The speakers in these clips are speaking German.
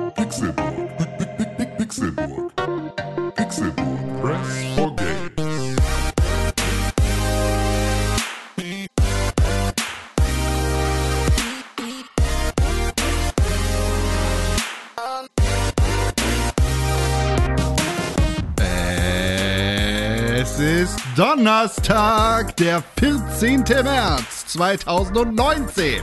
Pixelburg. Pi- pi- pi- pi- Pixelburg. Pixelburg. Press for Games. Es ist Donnerstag, der 14. März 2019.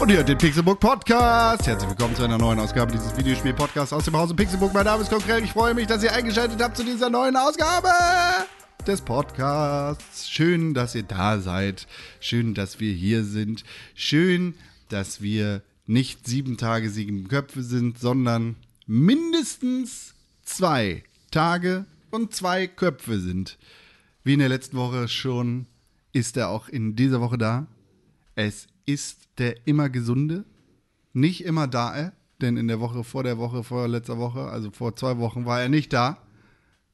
Und ihr hört den Pixelbook Podcast. Herzlich willkommen zu einer neuen Ausgabe dieses Videospiel-Podcasts aus dem Hause Pixelbook. Mein Name ist Konkret. Ich freue mich, dass ihr eingeschaltet habt zu dieser neuen Ausgabe des Podcasts. Schön, dass ihr da seid. Schön, dass wir hier sind. Schön, dass wir nicht sieben Tage sieben Köpfe sind, sondern mindestens zwei Tage und zwei Köpfe sind. Wie in der letzten Woche schon, ist er auch in dieser Woche da. Es ist der immer gesunde, nicht immer da, er, denn in der Woche vor der Woche, vor letzter Woche, also vor zwei Wochen war er nicht da.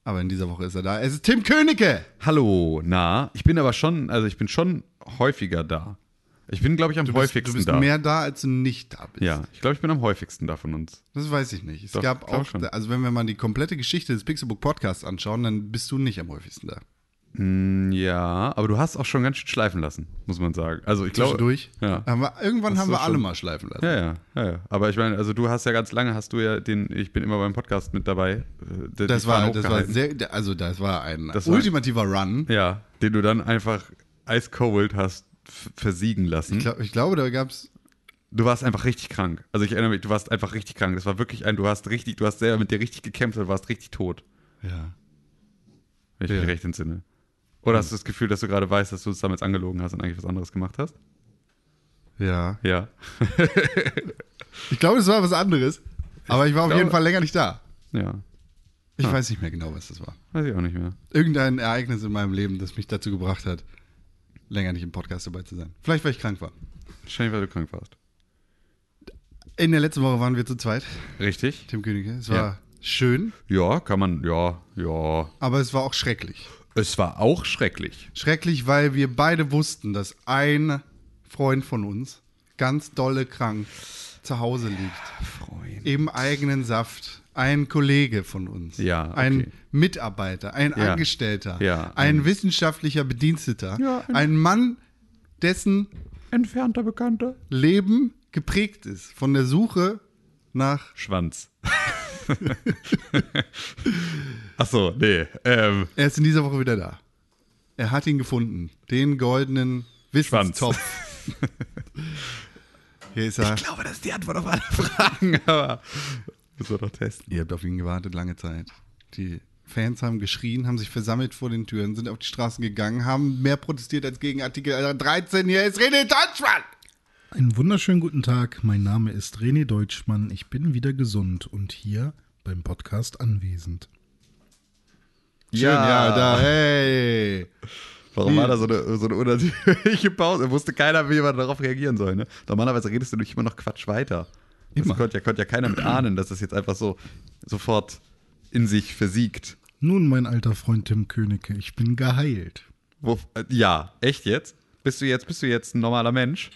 Aber in dieser Woche ist er da. Es ist Tim Königke. Hallo, na, ich bin aber schon, also ich bin schon häufiger da. Ich bin, glaube ich, am häufigsten du bist da. mehr da, als du nicht da bist. ja, ich glaube, ich bin am häufigsten da von uns. Das weiß ich nicht. Es Doch, gab glaub auch, schon. also wenn wir mal die komplette Geschichte des Pixelbook Podcasts anschauen, dann bist du nicht am häufigsten da. Ja, aber du hast auch schon ganz schön schleifen lassen, muss man sagen. Also ich glaube. Zwischendurch. Ja. Haben wir, irgendwann Das haben ist wir doch alle schon- mal schleifen lassen. Ja, ja, ja, ja. Aber ich meine, also du hast ja ganz lange, hast du ja den, ich bin immer beim Podcast mit dabei. äh, die Das Fahne war, das war hochgehalten. sehr, also das war ein Das war- ultimativer Run. Ja, den du dann einfach ice cold hast f- versiegen lassen. Ich, glaub, ich glaube, da gab es, Du warst einfach richtig krank. Also ich erinnere mich, du warst einfach richtig krank. Das war wirklich ein, du hast richtig, du hast selber mit dir richtig gekämpft und warst richtig tot. ja. Wenn ich Ja. mich recht entsinne. Oder hast du das Gefühl, dass du gerade weißt, dass du uns damals angelogen hast und eigentlich was anderes gemacht hast? ja. Ja. Ich glaube, es war was anderes. Aber ich war auf glaube- jeden Fall länger nicht da. Ja. Ich weiß nicht mehr genau, was das war. Weiß ich auch nicht mehr. Irgendein Ereignis in meinem Leben, das mich dazu gebracht hat, länger nicht im Podcast dabei zu sein. Vielleicht, weil ich krank war. Wahrscheinlich, weil du krank warst. In der letzten Woche waren wir zu zweit, Richtig? Tim Königke. Es war Ja. schön, Ja, kann man, ja, ja. aber es war auch schrecklich. Es war auch schrecklich. Schrecklich, weil wir beide wussten, dass ein Freund von uns ganz dolle krank zu Hause liegt. Ah, Freund. im eigenen Saft. Ein Kollege von uns. Ja, okay. Ein Mitarbeiter, ein Ja. Angestellter, Ja, ein, ein- wissenschaftlicher Bediensteter, Ja, ein, ein- Mann, dessen Entfernter Bekannter. Leben geprägt ist von der Suche nach. Schwanz. Ach so, nee. Ähm, Er ist in dieser Woche wieder da. Er hat ihn gefunden, den goldenen Wissenstopf. Hier ist er. glaube, das ist die Antwort auf alle Fragen, aber müssen wir doch testen. Ihr habt auf ihn gewartet lange Zeit. Die Fans haben geschrien, haben sich versammelt vor den Türen, sind auf die Straßen gegangen, haben mehr protestiert als gegen Artikel 13. Hier ist René Deutschland! Einen wunderschönen guten Tag, mein Name ist René Deutschmann, ich bin wieder gesund und hier beim Podcast anwesend. Schön, ja, da, hey! Warum war da so eine, so eine unnatürliche Pause? Wusste keiner, wie man darauf reagieren soll. Ne? Normalerweise redest du nämlich immer noch Quatsch weiter. Immer. Das konnte ja, konnte ja keiner mit ahnen, dass das jetzt einfach so sofort in sich versiegt. Nun, mein alter Freund Tim Königke, ich bin geheilt. Wo, äh, ja, echt jetzt? Bist du jetzt, bist du jetzt ein normaler Mensch?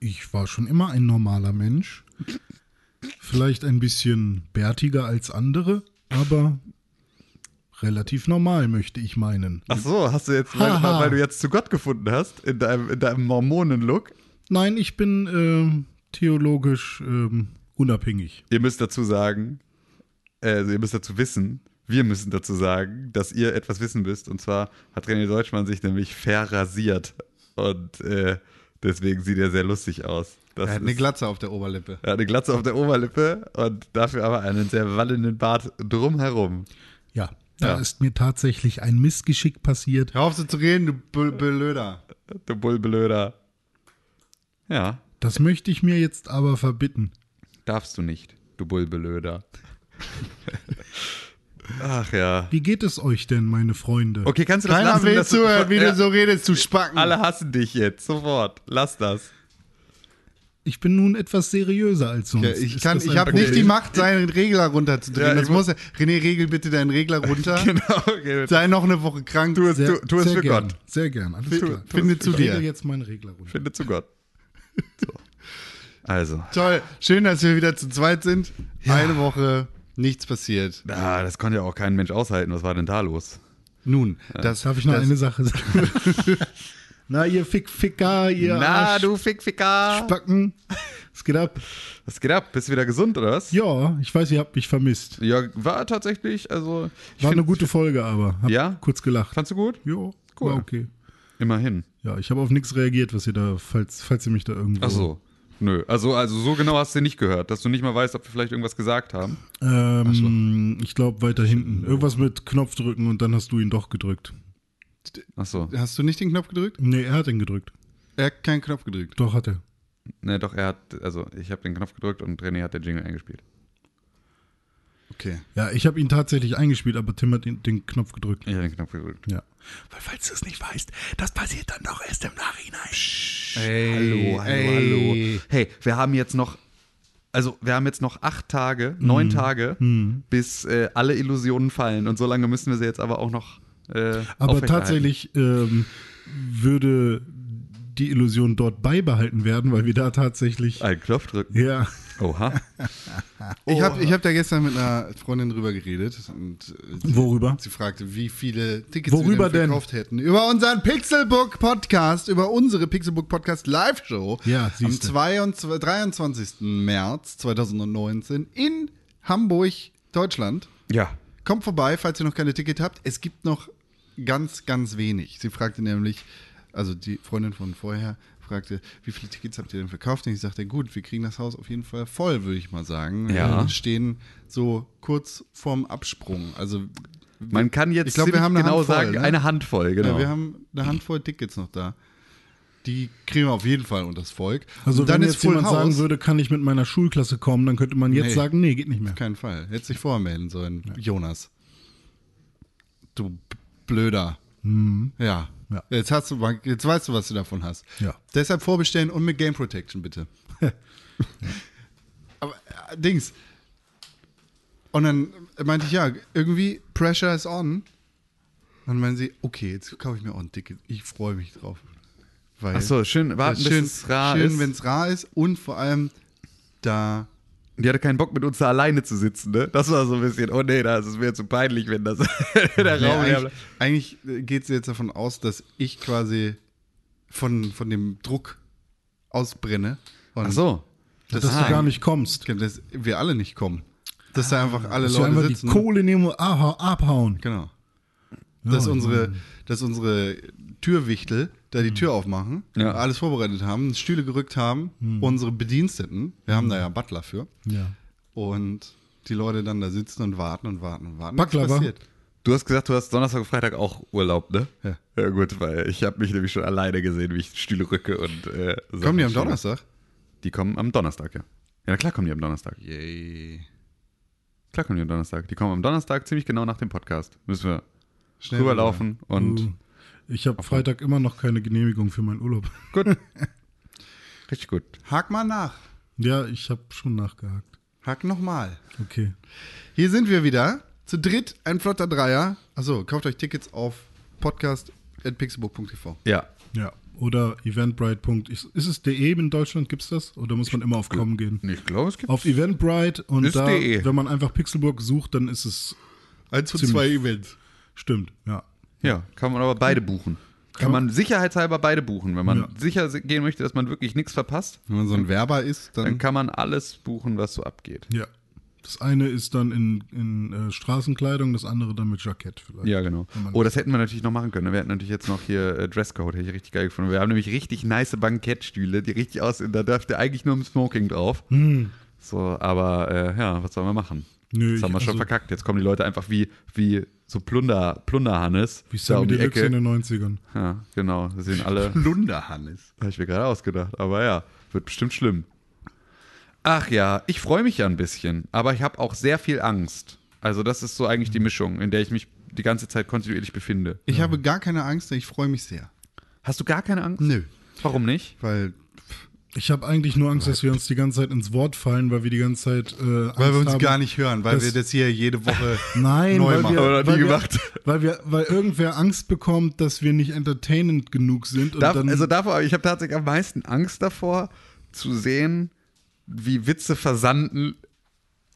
Ich war schon immer ein normaler Mensch, vielleicht ein bisschen bärtiger als andere, aber relativ normal möchte ich meinen. Ach so, hast du jetzt, weil, Haha. weil du jetzt zu Gott gefunden hast, in deinem, in deinem Mormonen-Look. Nein, ich bin ähm, theologisch ähm, unabhängig. Ihr müsst dazu sagen, äh, also ihr müsst dazu wissen, wir müssen dazu sagen, dass ihr etwas wissen müsst. Und zwar hat René Deutschmann sich nämlich verrasiert. Und äh, deswegen sieht er sehr lustig aus. Das Er hat eine ist- Glatze auf der Oberlippe. er hat eine Glatze auf der Oberlippe und dafür aber einen sehr wallenden Bart drumherum. Ja, da Ja. ist mir tatsächlich ein Missgeschick passiert. Hör auf so zu reden, du Bl- Blöder. Du Bullblöder. Ja, Das möchte ich mir jetzt aber verbitten. darfst du nicht, du Bullblöder. Ach ja. Wie geht es euch denn, meine Freunde? Okay, kannst du das Keiner lassen? will dass du- zuhören, wie Ja, du so redest, du Spacken. Alle hassen dich jetzt, sofort. Lass das. Ich bin nun etwas seriöser als sonst. Ja, ich Ist kann, das ich ein habe nicht die Problem? Macht, seinen Regler runterzudrehen. Ja, ich das muss er. René, regel bitte deinen Regler runter. Genau, okay. Sei noch eine Woche krank. Du tu- tu es für gern, Gott. Sehr gern, alles klar. finde ich zu dir. regel jetzt meinen Regler runter. Finde zu Gott. Also, Toll. Schön, dass wir wieder zu zweit sind. Eine Woche, nichts passiert. ah, das konnte ja auch kein Mensch aushalten. Was war denn da los? Nun, das Darf ich noch das, eine Sache sagen? Na, ihr Fick-Ficker, ihr Na, Arsch- du Fickficker! Spacken. Es geht ab. Was geht ab? Bist du wieder gesund, oder was? Ja, ich weiß, ihr habt mich vermisst. Ja, war tatsächlich, also. Ich War find- eine gute Folge, aber hab Ja? kurz gelacht. Fandst du gut? Jo, Cool. cool. War okay. Immerhin. Ja, ich habe auf nichts reagiert, was ihr da, falls, falls ihr mich da irgendwo. Ach so. Nö. Also, also so genau hast du nicht gehört, dass du nicht mal weißt, ob wir vielleicht irgendwas gesagt haben. Ähm, Ich glaube, weiter hinten. Irgendwas mit Knopf drücken und dann hast du ihn doch gedrückt. Ach so. Hast du nicht den Knopf gedrückt? Nee, er hat ihn gedrückt. Er hat keinen Knopf gedrückt. Doch, hat er. Ne, doch, er hat, also ich habe den Knopf gedrückt und René hat den Jingle eingespielt. Okay. Ja, ich habe ihn tatsächlich eingespielt, aber Tim hat ihn, den Knopf gedrückt. Ich habe den Knopf gedrückt. Ja. Weil, falls du es nicht weißt, das passiert dann doch erst im Nachhinein. Hey, hallo, hallo, ey. hallo. Hey, wir haben jetzt noch, also wir haben jetzt noch acht Tage, Mhm. neun Tage, bis äh, alle Illusionen fallen. Und so lange müssen wir sie jetzt aber auch noch. Äh, Aber aufrechterhalten. tatsächlich ähm, würde die Illusion dort beibehalten werden, weil wir da tatsächlich. Einen Knopf drücken. Ja. Oha. Oh. Ich habe ich hab da gestern mit einer Freundin drüber geredet und äh, sie, Worüber? sie fragte, wie viele Tickets Worüber wir denn denn? verkauft hätten. Über unseren Pixelbook Podcast, über unsere Pixelbook Podcast Live Show Ja, am siehste. 22, 23. März 2019 in Hamburg, Deutschland. Ja. Kommt vorbei, falls ihr noch keine Ticket habt. Es gibt noch ganz, ganz wenig. Sie fragte nämlich, also die Freundin von vorher fragte, wie viele Tickets habt ihr denn verkauft? Und ich sagte, gut, wir kriegen das Haus auf jeden Fall voll, würde ich mal sagen. Ja. Wir stehen so kurz vorm Absprung. Also Man kann jetzt Ich glaub, wir ziemlich haben eine genau Handvoll, sagen, ne? eine Handvoll, genau. ja, wir haben eine Handvoll Tickets noch da. Die kriegen wir auf jeden Fall unters Volk. Also, Und dann wenn ist jetzt jemand Full House. sagen würde, kann ich mit meiner Schulklasse kommen, dann könnte man jetzt Nee. sagen, nee, geht nicht mehr. Auf keinen Fall. Hättest dich vormelden sollen, Jonas. Du B- Blöder. Ja. Ja. Jetzt, hast du, mal- jetzt weißt du, was du davon hast. Ja. Deshalb vorbestellen und mit Game Protection bitte. Aber äh, Dings. Und dann meinte ich, ja, irgendwie Pressure is on. Dann meinen sie, okay, jetzt kaufe ich mir auch ein Ticket. Ich freue mich drauf. Weil Ach so, schön warten, das schön, bis es rar schön, ist. wenn es rar ist und vor allem da Die hatte keinen Bock, mit uns da alleine zu sitzen, ne? Das war so ein bisschen, oh nee, das ist mir zu peinlich, wenn das der Ja, Raum leer eigentlich bleibt. eigentlich geht sie jetzt davon aus, dass ich quasi von, von dem Druck ausbrenne. Und Ach so. das Dass du gar nicht kommst. dass wir alle nicht kommen. Dass da einfach alle Dass wir Leute einfach sitzen. die Kohle nehmen und aha, abhauen. genau. Dass, Ja, unsere, dass unsere Türwichtel da Hm. die Tür aufmachen, Ja. alles vorbereitet haben, Stühle gerückt haben, Hm. unsere Bediensteten, wir haben da ja Butler für, Ja. und die Leute dann da sitzen und warten und warten und warten. Butler Nichts war- passiert. Du hast gesagt, du hast Donnerstag und Freitag auch Urlaub, ne? Ja. Ja, gut, weil ich habe mich nämlich schon alleine gesehen, wie ich Stühle rücke und. Äh, Sachen Kommen die am schiebe. Donnerstag? Die kommen am Donnerstag, ja. Ja, na klar kommen die am Donnerstag. Yay. Klar kommen die am Donnerstag. Die kommen am Donnerstag ziemlich genau nach dem Podcast. Müssen wir Schnell rüberlaufen und. Uh, Ich habe Freitag immer noch keine Genehmigung für meinen Urlaub. Gut. Richtig gut. Hack mal nach. Ja, ich habe schon nachgehakt. Hack nochmal. Okay. Hier sind wir wieder. Zu dritt, ein flotter Dreier. Achso, kauft euch Tickets auf podcast.pixelbook.tv. Ja. Ja. Oder Eventbrite. Ist, ist es DE in Deutschland? Gibt's das? Oder muss man immer auf kommen gehen? Ich glaube, es gibt. Auf Eventbrite und Ist da, DE. wenn man einfach Pixelburg sucht, dann ist es. Eins von Ziemlich. zwei Events. Stimmt, ja. Ja, kann man aber beide buchen. Kann man sicherheitshalber beide buchen. Wenn man Ja. sicher se- gehen möchte, dass man wirklich nichts verpasst, Wenn man so ein Werber ist, dann, dann kann man alles buchen, was so abgeht. Ja. Das eine ist dann in, in äh, Straßenkleidung, das andere dann mit Jackett vielleicht. Ja, genau. Wenn man- Oh, das hätten wir natürlich noch machen können. Wir hätten natürlich jetzt noch hier äh, Dresscode, hätte ich richtig geil gefunden. Wir haben nämlich richtig nice Bankettstühle, die richtig aussehen. Da dürfte eigentlich nur im Smoking drauf. So, aber äh, ja, was sollen wir machen? Hm. Nö, das haben ich- wir schon also- verkackt. Jetzt kommen die Leute einfach wie, wie so Plunder, Plunderhannes. Wie da Sammy um die Deluxe in Ecke. den 90ern. Ja, genau. Das sehen alle. Lunderhannes. Habe ich mir gerade ausgedacht. Aber ja, wird bestimmt schlimm. Ach ja, ich freue mich ja ein bisschen, aber ich habe auch sehr viel Angst. Also das ist so eigentlich die Mischung, in der ich mich die ganze Zeit kontinuierlich befinde. Ich habe gar keine Angst, ich freue mich sehr. Hast du gar keine Angst? Nö. Warum nicht? Weil, Ich habe eigentlich nur Angst, dass wir uns die ganze Zeit ins Wort fallen, weil wir die ganze Zeit. Äh, weil wir Angst uns haben. gar nicht hören, weil das- wir das hier jede Woche Nein, neu weil machen. wir, Haben wir noch nie weil, gemacht. Wir, weil wir, weil irgendwer Angst bekommt, dass wir nicht entertainend genug sind und Darf, dann also davor, ich habe tatsächlich am meisten Angst davor, zu sehen, wie Witze versanden,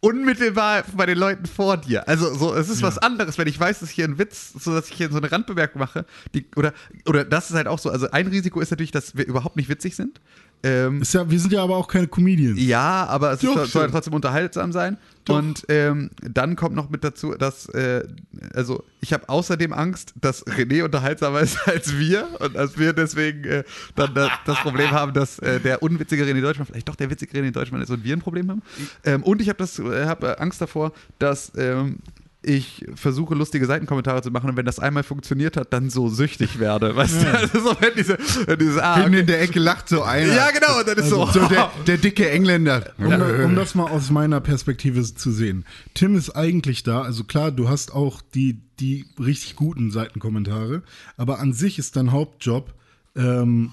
unmittelbar bei den Leuten vor dir. Also so, es ist was anderes, wenn ich weiß, dass ich hier einen Witz, so dass ich hier so eine Randbemerkung mache, die, oder, oder das ist halt auch so, also ein Risiko ist natürlich, dass wir überhaupt nicht witzig sind. Ähm, Ist ja, wir sind ja aber auch keine Comedians. ja, aber es Doch, soll, soll ja schön. trotzdem unterhaltsam sein. Doch. Und ähm, dann kommt noch mit dazu, dass, äh, also ich habe außerdem Angst, dass René unterhaltsamer ist als wir und dass wir deswegen äh, dann da, das Problem haben, dass äh, der unwitzige René Deutschmann vielleicht doch der witzige René Deutschmann ist und wir ein Problem haben. Ähm, und ich habe das, äh, hab äh, Angst davor, dass ähm, ich versuche, lustige Seitenkommentare zu machen und wenn das einmal funktioniert hat, dann so süchtig werde. Weißt du, also so, wenn, diese, wenn dieses, ah, Hinten okay. in der Ecke lacht so einer. Also, Ja, genau, und dann ist so, So der, der dicke Engländer. Um, da- um das mal aus meiner Perspektive zu sehen. Tim ist eigentlich da, also klar, du hast auch die, die richtig guten Seitenkommentare, aber an sich ist dein Hauptjob, ähm,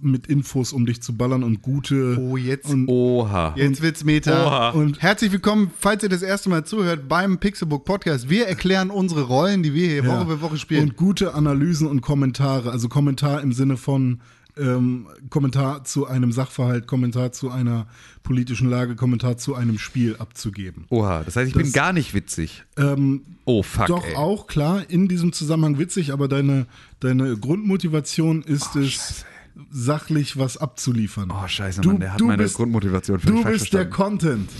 mit Infos um dich zu ballern und gute. Oh, jetzt, Und, Oha. jetzt wird's Meta. Oha. Und herzlich willkommen, falls ihr das erste Mal zuhört, beim Pixelbook Podcast. Wir erklären unsere Rollen, die wir hier ja. Woche für Woche spielen. Und gute Analysen und Kommentare, also Kommentar im Sinne von. Ähm, Kommentar zu einem Sachverhalt, Kommentar zu einer politischen Lage, Kommentar zu einem Spiel abzugeben. Oha, das heißt, ich bin gar nicht witzig. Ähm, Oh, fuck. Doch ey. auch, klar, in diesem Zusammenhang witzig, aber deine, deine Grundmotivation ist es, sachlich was abzuliefern. Oh, scheiße, Mann, der hat meine Grundmotivation völlig Du falsch bist der verstanden. Content.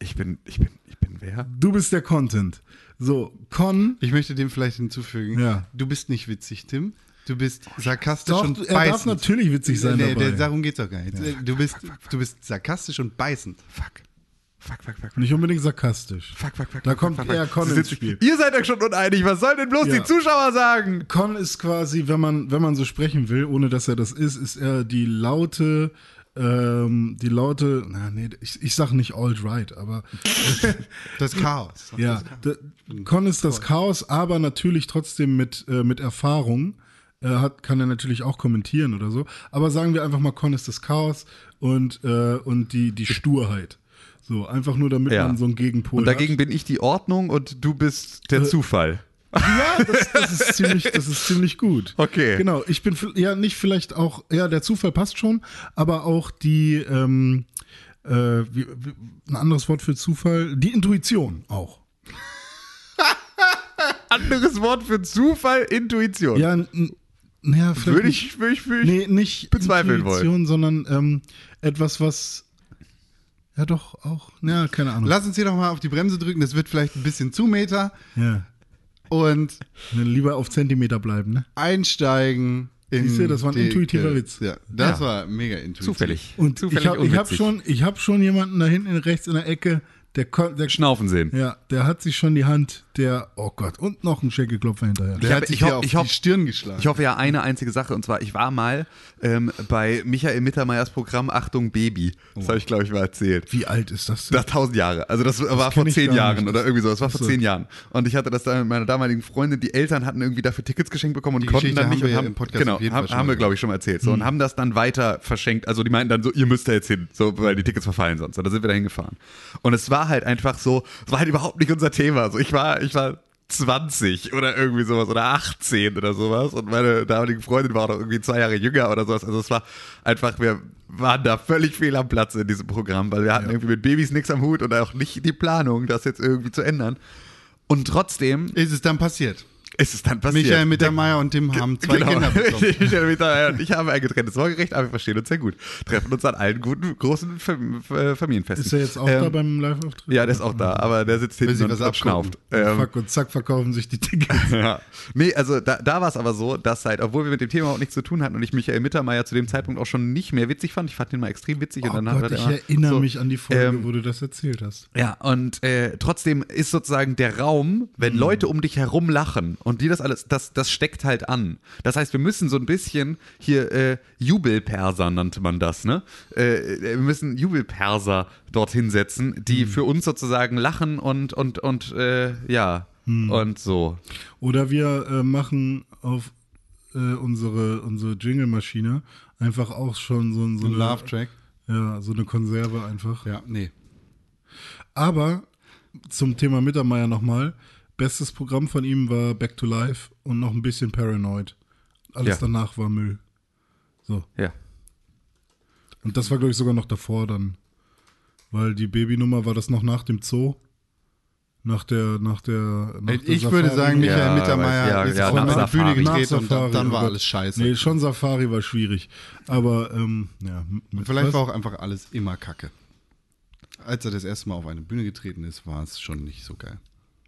Ich bin, ich bin, ich bin wer? Du bist der Content. So, Con. Ich möchte dem vielleicht hinzufügen. Ja. Oh, Du bist nicht witzig, Tim. Du bist sarkastisch Doch, und er darf beißend. natürlich witzig sein Nee, dabei. nee, darum geht's doch gar nicht. Du, bist, du bist sarkastisch und beißend. Fuck. Fuck, fuck, fuck. Nicht unbedingt sarkastisch. Fuck, fuck, fuck. Da fuck, kommt fuck, eher fuck. Con Sie ins sind- Spiel. Ihr seid euch schon uneinig. Was sollen denn bloß Ja. die Zuschauer sagen? Con ist quasi, wenn man, wenn man so sprechen will, ohne dass er das ist, ist er die laute, ähm, die laute, na, nee, ich, ich sag nicht alt-right, aber Das ist Chaos. Ja, da, Con ist das Chaos, aber natürlich trotzdem mit, äh, mit Erfahrung. Äh, hat, kann er natürlich auch kommentieren oder so. Aber sagen wir einfach mal, Con ist das Chaos und, äh, und die, die Sturheit. So, einfach nur damit Ja. man so einen Gegenpol Und dagegen bin ich die Ordnung und du bist Äh. der Zufall. hat. Ja, das, das, ist ziemlich, das ist ziemlich gut. Okay. Genau, ich bin vi- ja nicht vielleicht auch, ja, der Zufall passt schon, aber auch die, ähm, äh, wie, wie, ein anderes Wort für Zufall, die Intuition auch. Anderes Wort für Zufall, Intuition. Ja, n- naja, vielleicht würde nicht- ich, würde ich, würde ich. Nee, nicht bezweifeln Intuition, sondern ähm, etwas, was ja doch auch, ja, keine Ahnung. Lass uns hier doch mal auf die Bremse drücken. Das wird vielleicht ein bisschen zu Meter. ja. Und Ne, Lieber auf Zentimeter bleiben, ne? einsteigen. In Siehst du, das war ein die- intuitiver Witz. Ja, das Ja. war mega intuitiv. Zufällig. Und Zufällig ich habe ich hab unwitzig. schon, ich hab schon jemanden da hinten rechts in der Ecke, der, kon- der Schnaufen sehen. ja, der hat sich schon die Hand, der, oh Gott, und noch ein Schenkelklopfer hinterher. Der Ich hat hab- sich ich hoff- hier auf ich hoff- die Stirn geschlagen. Ich hoffe ja eine einzige Sache und zwar, ich war mal ähm, bei Michael Mittermeiers Programm Achtung Baby. Das Oh. habe ich, glaube ich, mal erzählt. Wie alt ist das denn? Das tausend Jahre. Also das, war kenn vor ich zehn gar Jahren nicht. oder irgendwie so. Das war vor Achso. zehn Jahren. Und ich hatte das dann mit meiner damaligen Freundin. Die Eltern hatten irgendwie dafür Tickets geschenkt bekommen und Die konnten Geschichte dann nicht. haben wir und im Podcast genau, auf jeden haben, Fall schon haben wir, mal glaube ich, schon mal erzählt. So, Und haben das dann weiter verschenkt. Also die meinten dann so, ihr müsst da jetzt hin, so, weil die Tickets verfallen sonst. Und da sind wir da hingefahren. Und es war halt einfach so, es war halt überhaupt nicht unser Thema. Also ich war, ich war 20 oder irgendwie sowas oder 18 oder sowas. Und meine damalige Freundin war auch noch irgendwie zwei Jahre jünger oder sowas. Also es war einfach, wir waren da völlig fehl am Platz in diesem Programm, weil wir hatten irgendwie mit Babys nichts am Hut und auch nicht die Planung, das jetzt irgendwie zu ändern. Und trotzdem Ist es dann passiert? ist es dann passiert. Genau. Michael Mittermeier und Tim haben zwei Kinder bekommen. Michael Mittermeier und ich haben ein getrenntes Sorgerecht, aber wir verstehen uns sehr gut. Treffen uns an allen guten, großen Fam äh, Familienfesten. ist er jetzt auch Ähm, da beim Live-Auftritt? Ja, der ist auch da, aber der sitzt sich hinten was und abgucken. abschnauft. Ähm, Fuck, und zack, verkaufen sich die Tickets. ja. Nee, also da, da war es aber so, dass halt, obwohl wir mit dem Thema auch nichts zu tun hatten und ich Michael Mittermeier zu dem Zeitpunkt auch schon nicht mehr witzig fand, ich fand den mal extrem witzig Oh und Genau, dann hat Gott, er ich immer, erinnere so, mich an die Folge, ähm, wo du das erzählt hast. Ja, und äh, trotzdem ist sozusagen der Raum, wenn Mhm. Leute um dich herum lachen und die das alles, das, das steckt halt an. Das heißt, wir müssen so ein bisschen hier äh, Jubelperser nannte man das, ne? Äh, wir müssen Jubelperser dorthin setzen, die Mhm. für uns sozusagen lachen und und und äh, ja Mhm. und so. Oder wir äh, machen auf äh, unsere, unsere Jingle-Maschine einfach auch schon so, ein- so, So ein eine, Love-Track. Ja, so eine Konserve einfach. Ja, nee. Aber zum Thema Mittermeier nochmal. Bestes Programm von ihm war Back to Life und noch ein bisschen Paranoid. Alles Ja. danach war Müll. So. Ja. Und das war, glaube ich, sogar noch davor dann. Weil die Babynummer war das noch nach dem Zoo. Nach der, nach der, nach der Ich würde Safari. sagen, Michael Ja, Mittermeier ja, ist ja, von nach der Bühne Safari. getreten Nach und dann, Safari, dann war oh alles Gott. scheiße. Nee, schon Safari war schwierig. Aber, ähm, ja. mit- Vielleicht was? war auch einfach alles immer kacke. Als er das erste Mal auf eine Bühne getreten ist, war es schon nicht so geil.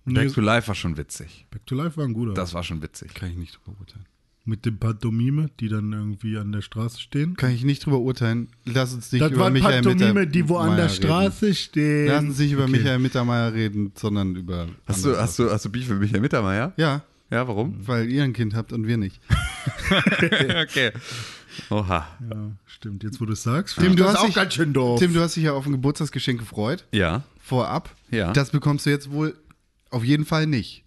nee, Back to Life war schon witzig. Back to Life war ein guter. Das war schon witzig. Kann ich nicht drüber urteilen. Mit dem Pantomime, die dann irgendwie an der Straße stehen. Kann ich nicht drüber urteilen. Lass uns nicht das über waren Michael Pantomime, Mittermeier die wo an der Straße stehen. reden. Lass uns nicht über Michael Mittermeier reden, sondern über. Hast du, hast du, hast du Beef mit Michael Mittermeier? Ja, Ja, warum? weil ihr ein Kind habt und wir nicht. okay. Oha. Ja, stimmt, jetzt wo du es sagst. Tim, du Das ist hast dich- schön doof. Tim, du hast dich ja auf ein Geburtstagsgeschenk gefreut. Ja. Vorab. Ja. Das bekommst du jetzt wohl auf jeden Fall nicht.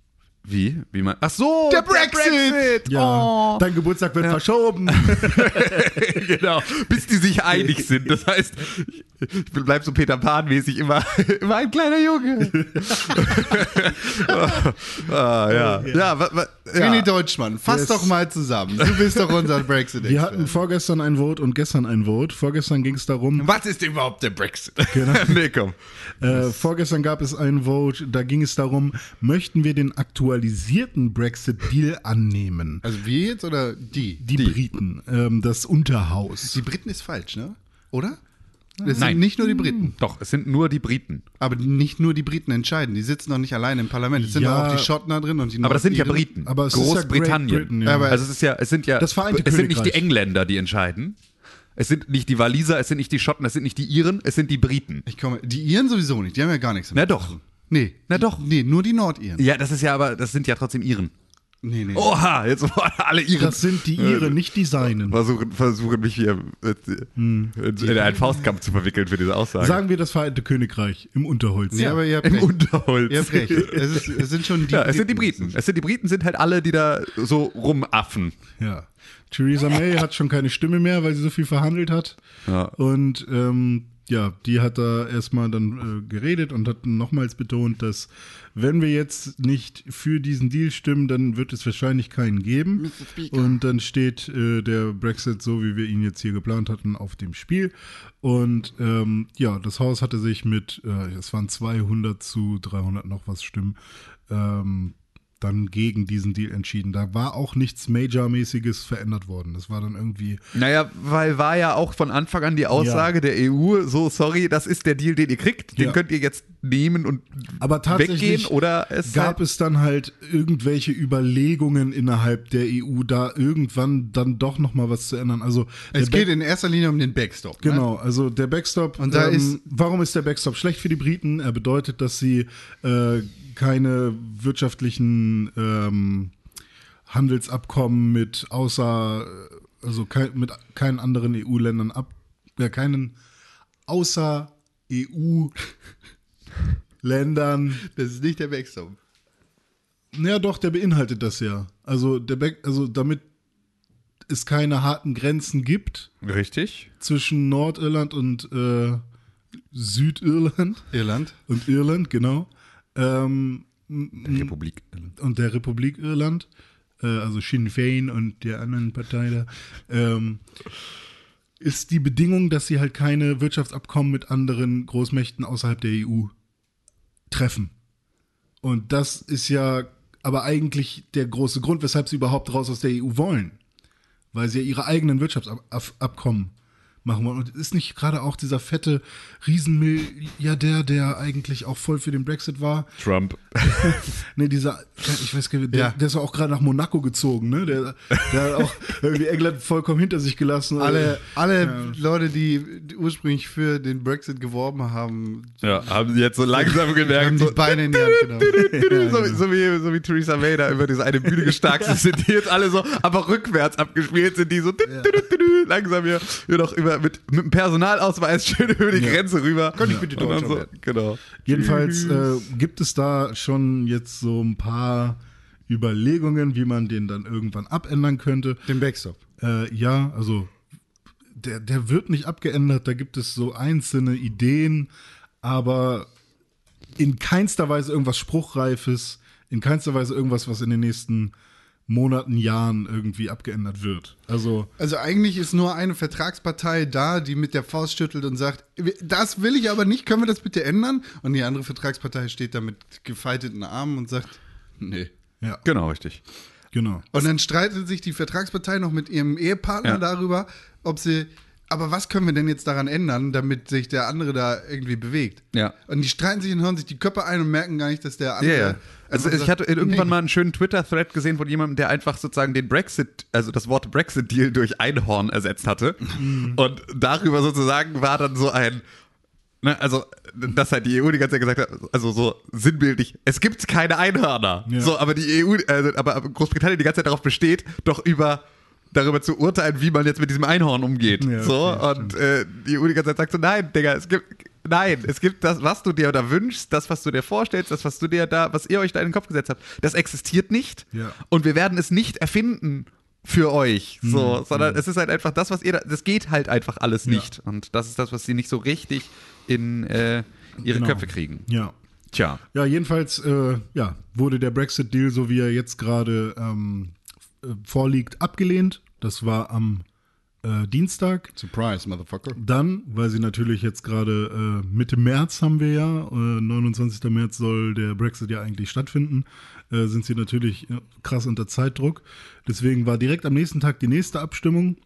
Wie? Wie man. Ach so! Oh. Der Brexit! Oh. ja, Dein Geburtstag wird verschoben. genau. Bis die sich einig sind. Das heißt, ich- ich bleib so Peter Pan-mäßig immer, immer ein kleiner Junge. ah, ja. Ja, wa, wa, René ja. Deutschmann, fass Yes. doch mal zusammen. Du bist doch unser brexit Wir hatten vorgestern ein Vote und gestern ein Vote. Vorgestern ging es darum, Was ist überhaupt der Brexit? Genau. nee, komm. äh, vorgestern gab es ein Vote, da ging es darum, möchten wir den aktualisierten Brexit-Deal annehmen? Also wir jetzt oder die? Die, Briten, ähm, das Unterhaus. Die Briten ist falsch, ne? Oder? Es Nein. Hm. sind nicht nur die Briten. Doch, es sind nur die Briten. Aber nicht nur die Briten entscheiden. Die sitzen doch nicht alleine im Parlament. Es sind Ja. doch auch die Schotten da drin und die Aber das sind ja Nordiren. Briten. aber es ist ja Großbritannien. Great Britain, ja. Aber- also es ist ja, es sind ja, Das Vereinte es sind nicht die Königreich. Engländer, die entscheiden. Es sind nicht die Waliser, es sind nicht die Schotten, es sind nicht die Iren, es sind die Briten. Ich komme, die Iren sowieso nicht. Die haben ja gar nichts. Na damit. doch. Nee. Na doch. Nee, nur die Nordiren. Ja, das ist ja aber, das sind ja trotzdem Iren. Nee, nee. Oha, jetzt wollen alle Iren. Das sind die Äh, ihre, nicht die seinen. Versuchen, versuchen mich hier äh, Hm. in in einen Faustkampf zu verwickeln für diese Aussage. Sagen wir das Vereinte Königreich im Unterholz. Nee, aber ihr habt Im recht. Unterholz. Ihr habt recht. Es, ist, es sind schon die ja, es sind die Briten. Es sind die Briten, sind halt alle, die da so rumaffen. Ja. Theresa May hat schon keine Stimme mehr, weil sie so viel verhandelt hat. Ja. Und ähm, ja, die hat da erstmal dann äh, geredet und hat nochmals betont, dass wenn wir jetzt nicht für diesen Deal stimmen, dann wird es wahrscheinlich keinen geben. Und dann steht äh, der Brexit, so wie wir ihn jetzt hier geplant hatten, auf dem Spiel. Und ähm, ja, das Haus hatte sich mit, äh, es waren 200 zu 300 noch was Stimmen, ähm, dann gegen diesen Deal entschieden. Da war auch nichts Major-mäßiges verändert worden. Das war dann irgendwie, Naja, weil war ja auch von Anfang an die Aussage der EU, so sorry, das ist der Deal, den ihr kriegt, den Ja. könnt ihr jetzt nehmen und aber tatsächlich weggehen oder es gab es dann halt irgendwelche Überlegungen innerhalb der EU, da irgendwann dann doch noch mal was zu ändern. Also Es der geht in erster Linie um den Backstop. ne? Genau, also der Backstop. ähm, Und da ist- warum ist der Backstop schlecht für die Briten? Er bedeutet, dass sie äh, keine wirtschaftlichen ähm, Handelsabkommen mit außer, also kein, mit keinen anderen EU-Ländern ab, ja, keinen außer E EU-Ländern. Das ist nicht der Backstop. Naja, doch, der beinhaltet das ja. Also, der Back, also damit es keine harten Grenzen gibt Richtig. zwischen Nordirland und äh, Südirland Irland. und Irland, genau. Ähm, Hm. Republik. und der Republik Irland, äh, also Sinn Féin und der anderen Partei da, ähm, ist die Bedingung, dass sie halt keine Wirtschaftsabkommen mit anderen Großmächten außerhalb der EU treffen. Und das ist ja aber eigentlich der große Grund, weshalb sie überhaupt raus aus der EU wollen. Weil sie ja ihre eigenen Wirtschaftsabkommen machen wollen. Und ist nicht gerade auch dieser fette Riesenmilliardär, der eigentlich auch voll für den Brexit war, Trump. Ne, dieser, ich weiß gar nicht, der, Ja. der ist auch gerade nach Monaco gezogen, ne? Der, der hat auch irgendwie England vollkommen hinter sich gelassen. Also, Alle, alle Leute, die die ursprünglich für den Brexit geworben haben, Ja, haben sie jetzt so langsam gemerkt, haben die so, Beine in die Hand genommen. so, so, wie, so wie Theresa May da über diese eine Bühne gestarkt ist, sind die jetzt alle so, aber rückwärts abgespielt sind die so langsam hier, hier noch über, mit, mit dem Personalausweis schön über die Grenze rüber. Könnte ich bitte Deutscher so, Genau. Jedenfalls äh, gibt es da schon jetzt so ein paar Überlegungen, wie man den dann irgendwann abändern könnte. Den Backstop. Äh, ja, also der, der wird nicht abgeändert, da gibt es so einzelne Ideen, aber in keinster Weise irgendwas Spruchreifes, in keinster Weise irgendwas, was in den nächsten Monaten, Jahren irgendwie abgeändert wird. Also Also eigentlich ist nur eine Vertragspartei da, die mit der Faust schüttelt und sagt, das will ich aber nicht, können wir das bitte ändern? Und die andere Vertragspartei steht da mit gefalteten Armen und sagt, nee. ja, Genau, richtig. genau. Und dann streitet sich die Vertragspartei noch mit ihrem Ehepartner Ja. darüber, ob sie, aber was können wir denn jetzt daran ändern, damit sich der andere da irgendwie bewegt? Ja. Und die streiten sich und hören sich die Köpfe ein und merken gar nicht, dass der Ja, andere. ja. Also einfach ich sagt, hatte irgendwann nee. mal einen schönen Twitter-Thread gesehen von jemandem, der einfach sozusagen den Brexit, also das Wort Brexit-Deal durch Einhorn ersetzt hatte. Und darüber sozusagen war dann so ein, ne, also dass halt die EU die ganze Zeit gesagt hat, also so sinnbildlich, es gibt keine Einhörner. Ja. So, aber die EU, also, aber Großbritannien die ganze Zeit darauf besteht, doch über darüber zu urteilen, wie man jetzt mit diesem Einhorn umgeht. Ja, so, okay, und äh, die EU die ganze Zeit sagt so, nein, Digga, es gibt, nein, es gibt das, was du dir da wünschst, das, was du dir vorstellst, das, was du dir da, was ihr euch da in den Kopf gesetzt habt, das existiert nicht Ja. Hm, und wir werden es nicht erfinden für euch, so, sondern es ist halt einfach das, was ihr da, das geht halt einfach alles nicht und das ist das, was sie nicht so richtig in äh, ihre Genau. Köpfe kriegen. Ja. Tja. Ja, jedenfalls äh, ja, wurde der Brexit-Deal, so wie er jetzt gerade ähm, f- äh, vorliegt, abgelehnt. Das war am äh, Dienstag. Surprise, Motherfucker. Dann, weil sie natürlich jetzt gerade äh, Mitte März haben wir ja, äh, 29. März soll der Brexit ja eigentlich stattfinden, äh, sind sie natürlich äh, krass unter Zeitdruck. Deswegen war direkt am nächsten Tag die nächste Abstimmung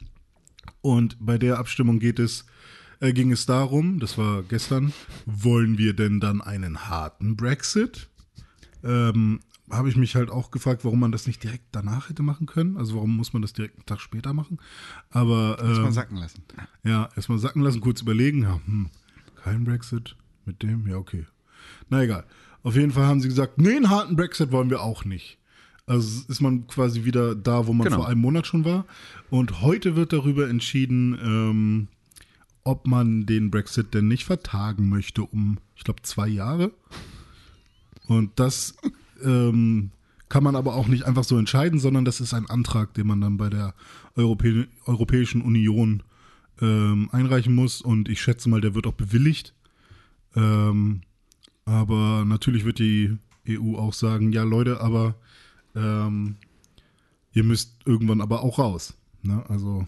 und bei der Abstimmung geht es, äh, ging es darum, das war gestern, wollen wir denn dann einen harten Brexit? Ähm, habe ich mich halt auch gefragt, warum man das nicht direkt danach hätte machen können. Also warum muss man das direkt einen Tag später machen? Aber ähm, Mal sacken lassen. ja, erstmal sacken lassen, kurz überlegen. Ja, hm, kein Brexit mit dem? Ja, okay. Na egal. Auf jeden Fall haben sie gesagt, nee, einen harten Brexit wollen wir auch nicht. Also ist man quasi wieder da, wo man Genau. vor einem Monat schon war. Und heute wird darüber entschieden, ähm, ob man den Brexit denn nicht vertagen möchte um, ich glaube, zwei Jahre. Und das ähm, kann man aber auch nicht einfach so entscheiden, sondern das ist ein Antrag, den man dann bei der Europä Europäischen Union ähm, einreichen muss. Und ich schätze mal, der wird auch bewilligt. Ähm, aber natürlich wird die EU auch sagen, ja Leute, aber ähm, ihr müsst irgendwann aber auch raus. Ne? Also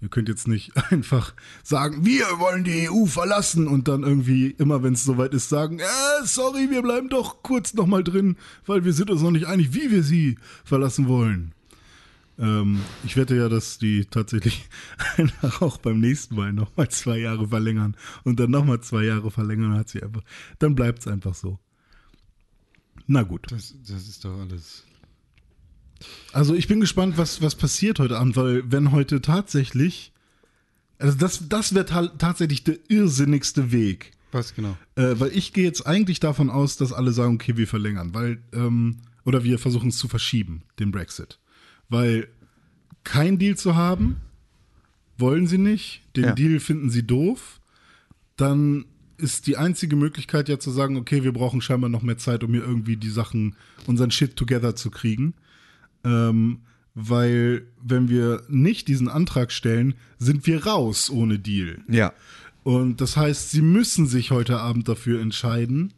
ihr könnt jetzt nicht einfach sagen, wir wollen die EU verlassen und dann irgendwie immer, wenn es soweit ist, sagen, äh, sorry, wir bleiben doch kurz nochmal drin, weil wir sind uns noch nicht einig, wie wir sie verlassen wollen. Ähm, ich wette ja, dass die tatsächlich einfach auch beim nächsten Mal nochmal zwei Jahre verlängern und dann nochmal zwei Jahre verlängern, hat sie einfach. Dann bleibt es einfach so. Na gut. Das, das ist doch alles. Also ich bin gespannt, was, was passiert heute Abend, weil wenn heute tatsächlich, also das, das wäre ta tatsächlich der irrsinnigste Weg. Was genau? Äh, weil ich gehe jetzt eigentlich davon aus, dass alle sagen, okay, wir verlängern, weil, ähm, oder wir versuchen es zu verschieben, den Brexit. Weil kein Deal zu haben, wollen sie nicht, den Ja. Deal finden sie doof, dann ist die einzige Möglichkeit ja zu sagen, okay, wir brauchen scheinbar noch mehr Zeit, um hier irgendwie die Sachen, unseren Shit together zu kriegen. Ähm, weil wenn wir nicht diesen Antrag stellen, sind wir raus ohne Deal. Ja. Und das heißt, sie müssen sich heute Abend dafür entscheiden,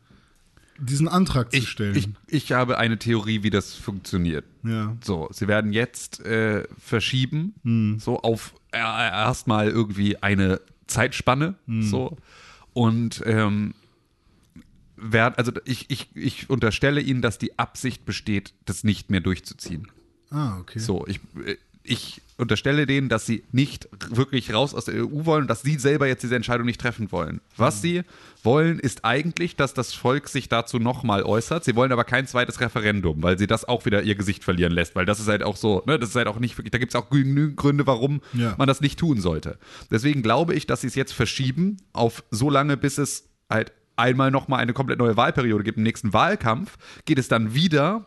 diesen Antrag zu Ich, stellen. ich, ich habe eine Theorie, wie das funktioniert. ja. So, sie werden jetzt äh, verschieben, so auf äh, erstmal irgendwie eine Zeitspanne, so. Und ähm, wer, also ich, ich, ich unterstelle ihnen, dass die Absicht besteht, das nicht mehr durchzuziehen. Ah, okay. So, ich, äh, ich unterstelle denen, dass sie nicht r- wirklich raus aus der EU wollen, und dass sie selber jetzt diese Entscheidung nicht treffen wollen. Mhm. Was sie wollen, ist eigentlich, dass das Volk sich dazu nochmal äußert. Sie wollen aber kein zweites Referendum, weil sie das auch wieder ihr Gesicht verlieren lässt, weil das ist halt auch so, ne, das ist halt auch nicht wirklich, da gibt es auch genügend Gründe, warum Ja. man das nicht tun sollte. Deswegen glaube ich, dass sie es jetzt verschieben auf so lange, bis es halt einmal nochmal eine komplett neue Wahlperiode gibt. Im nächsten Wahlkampf geht es dann wieder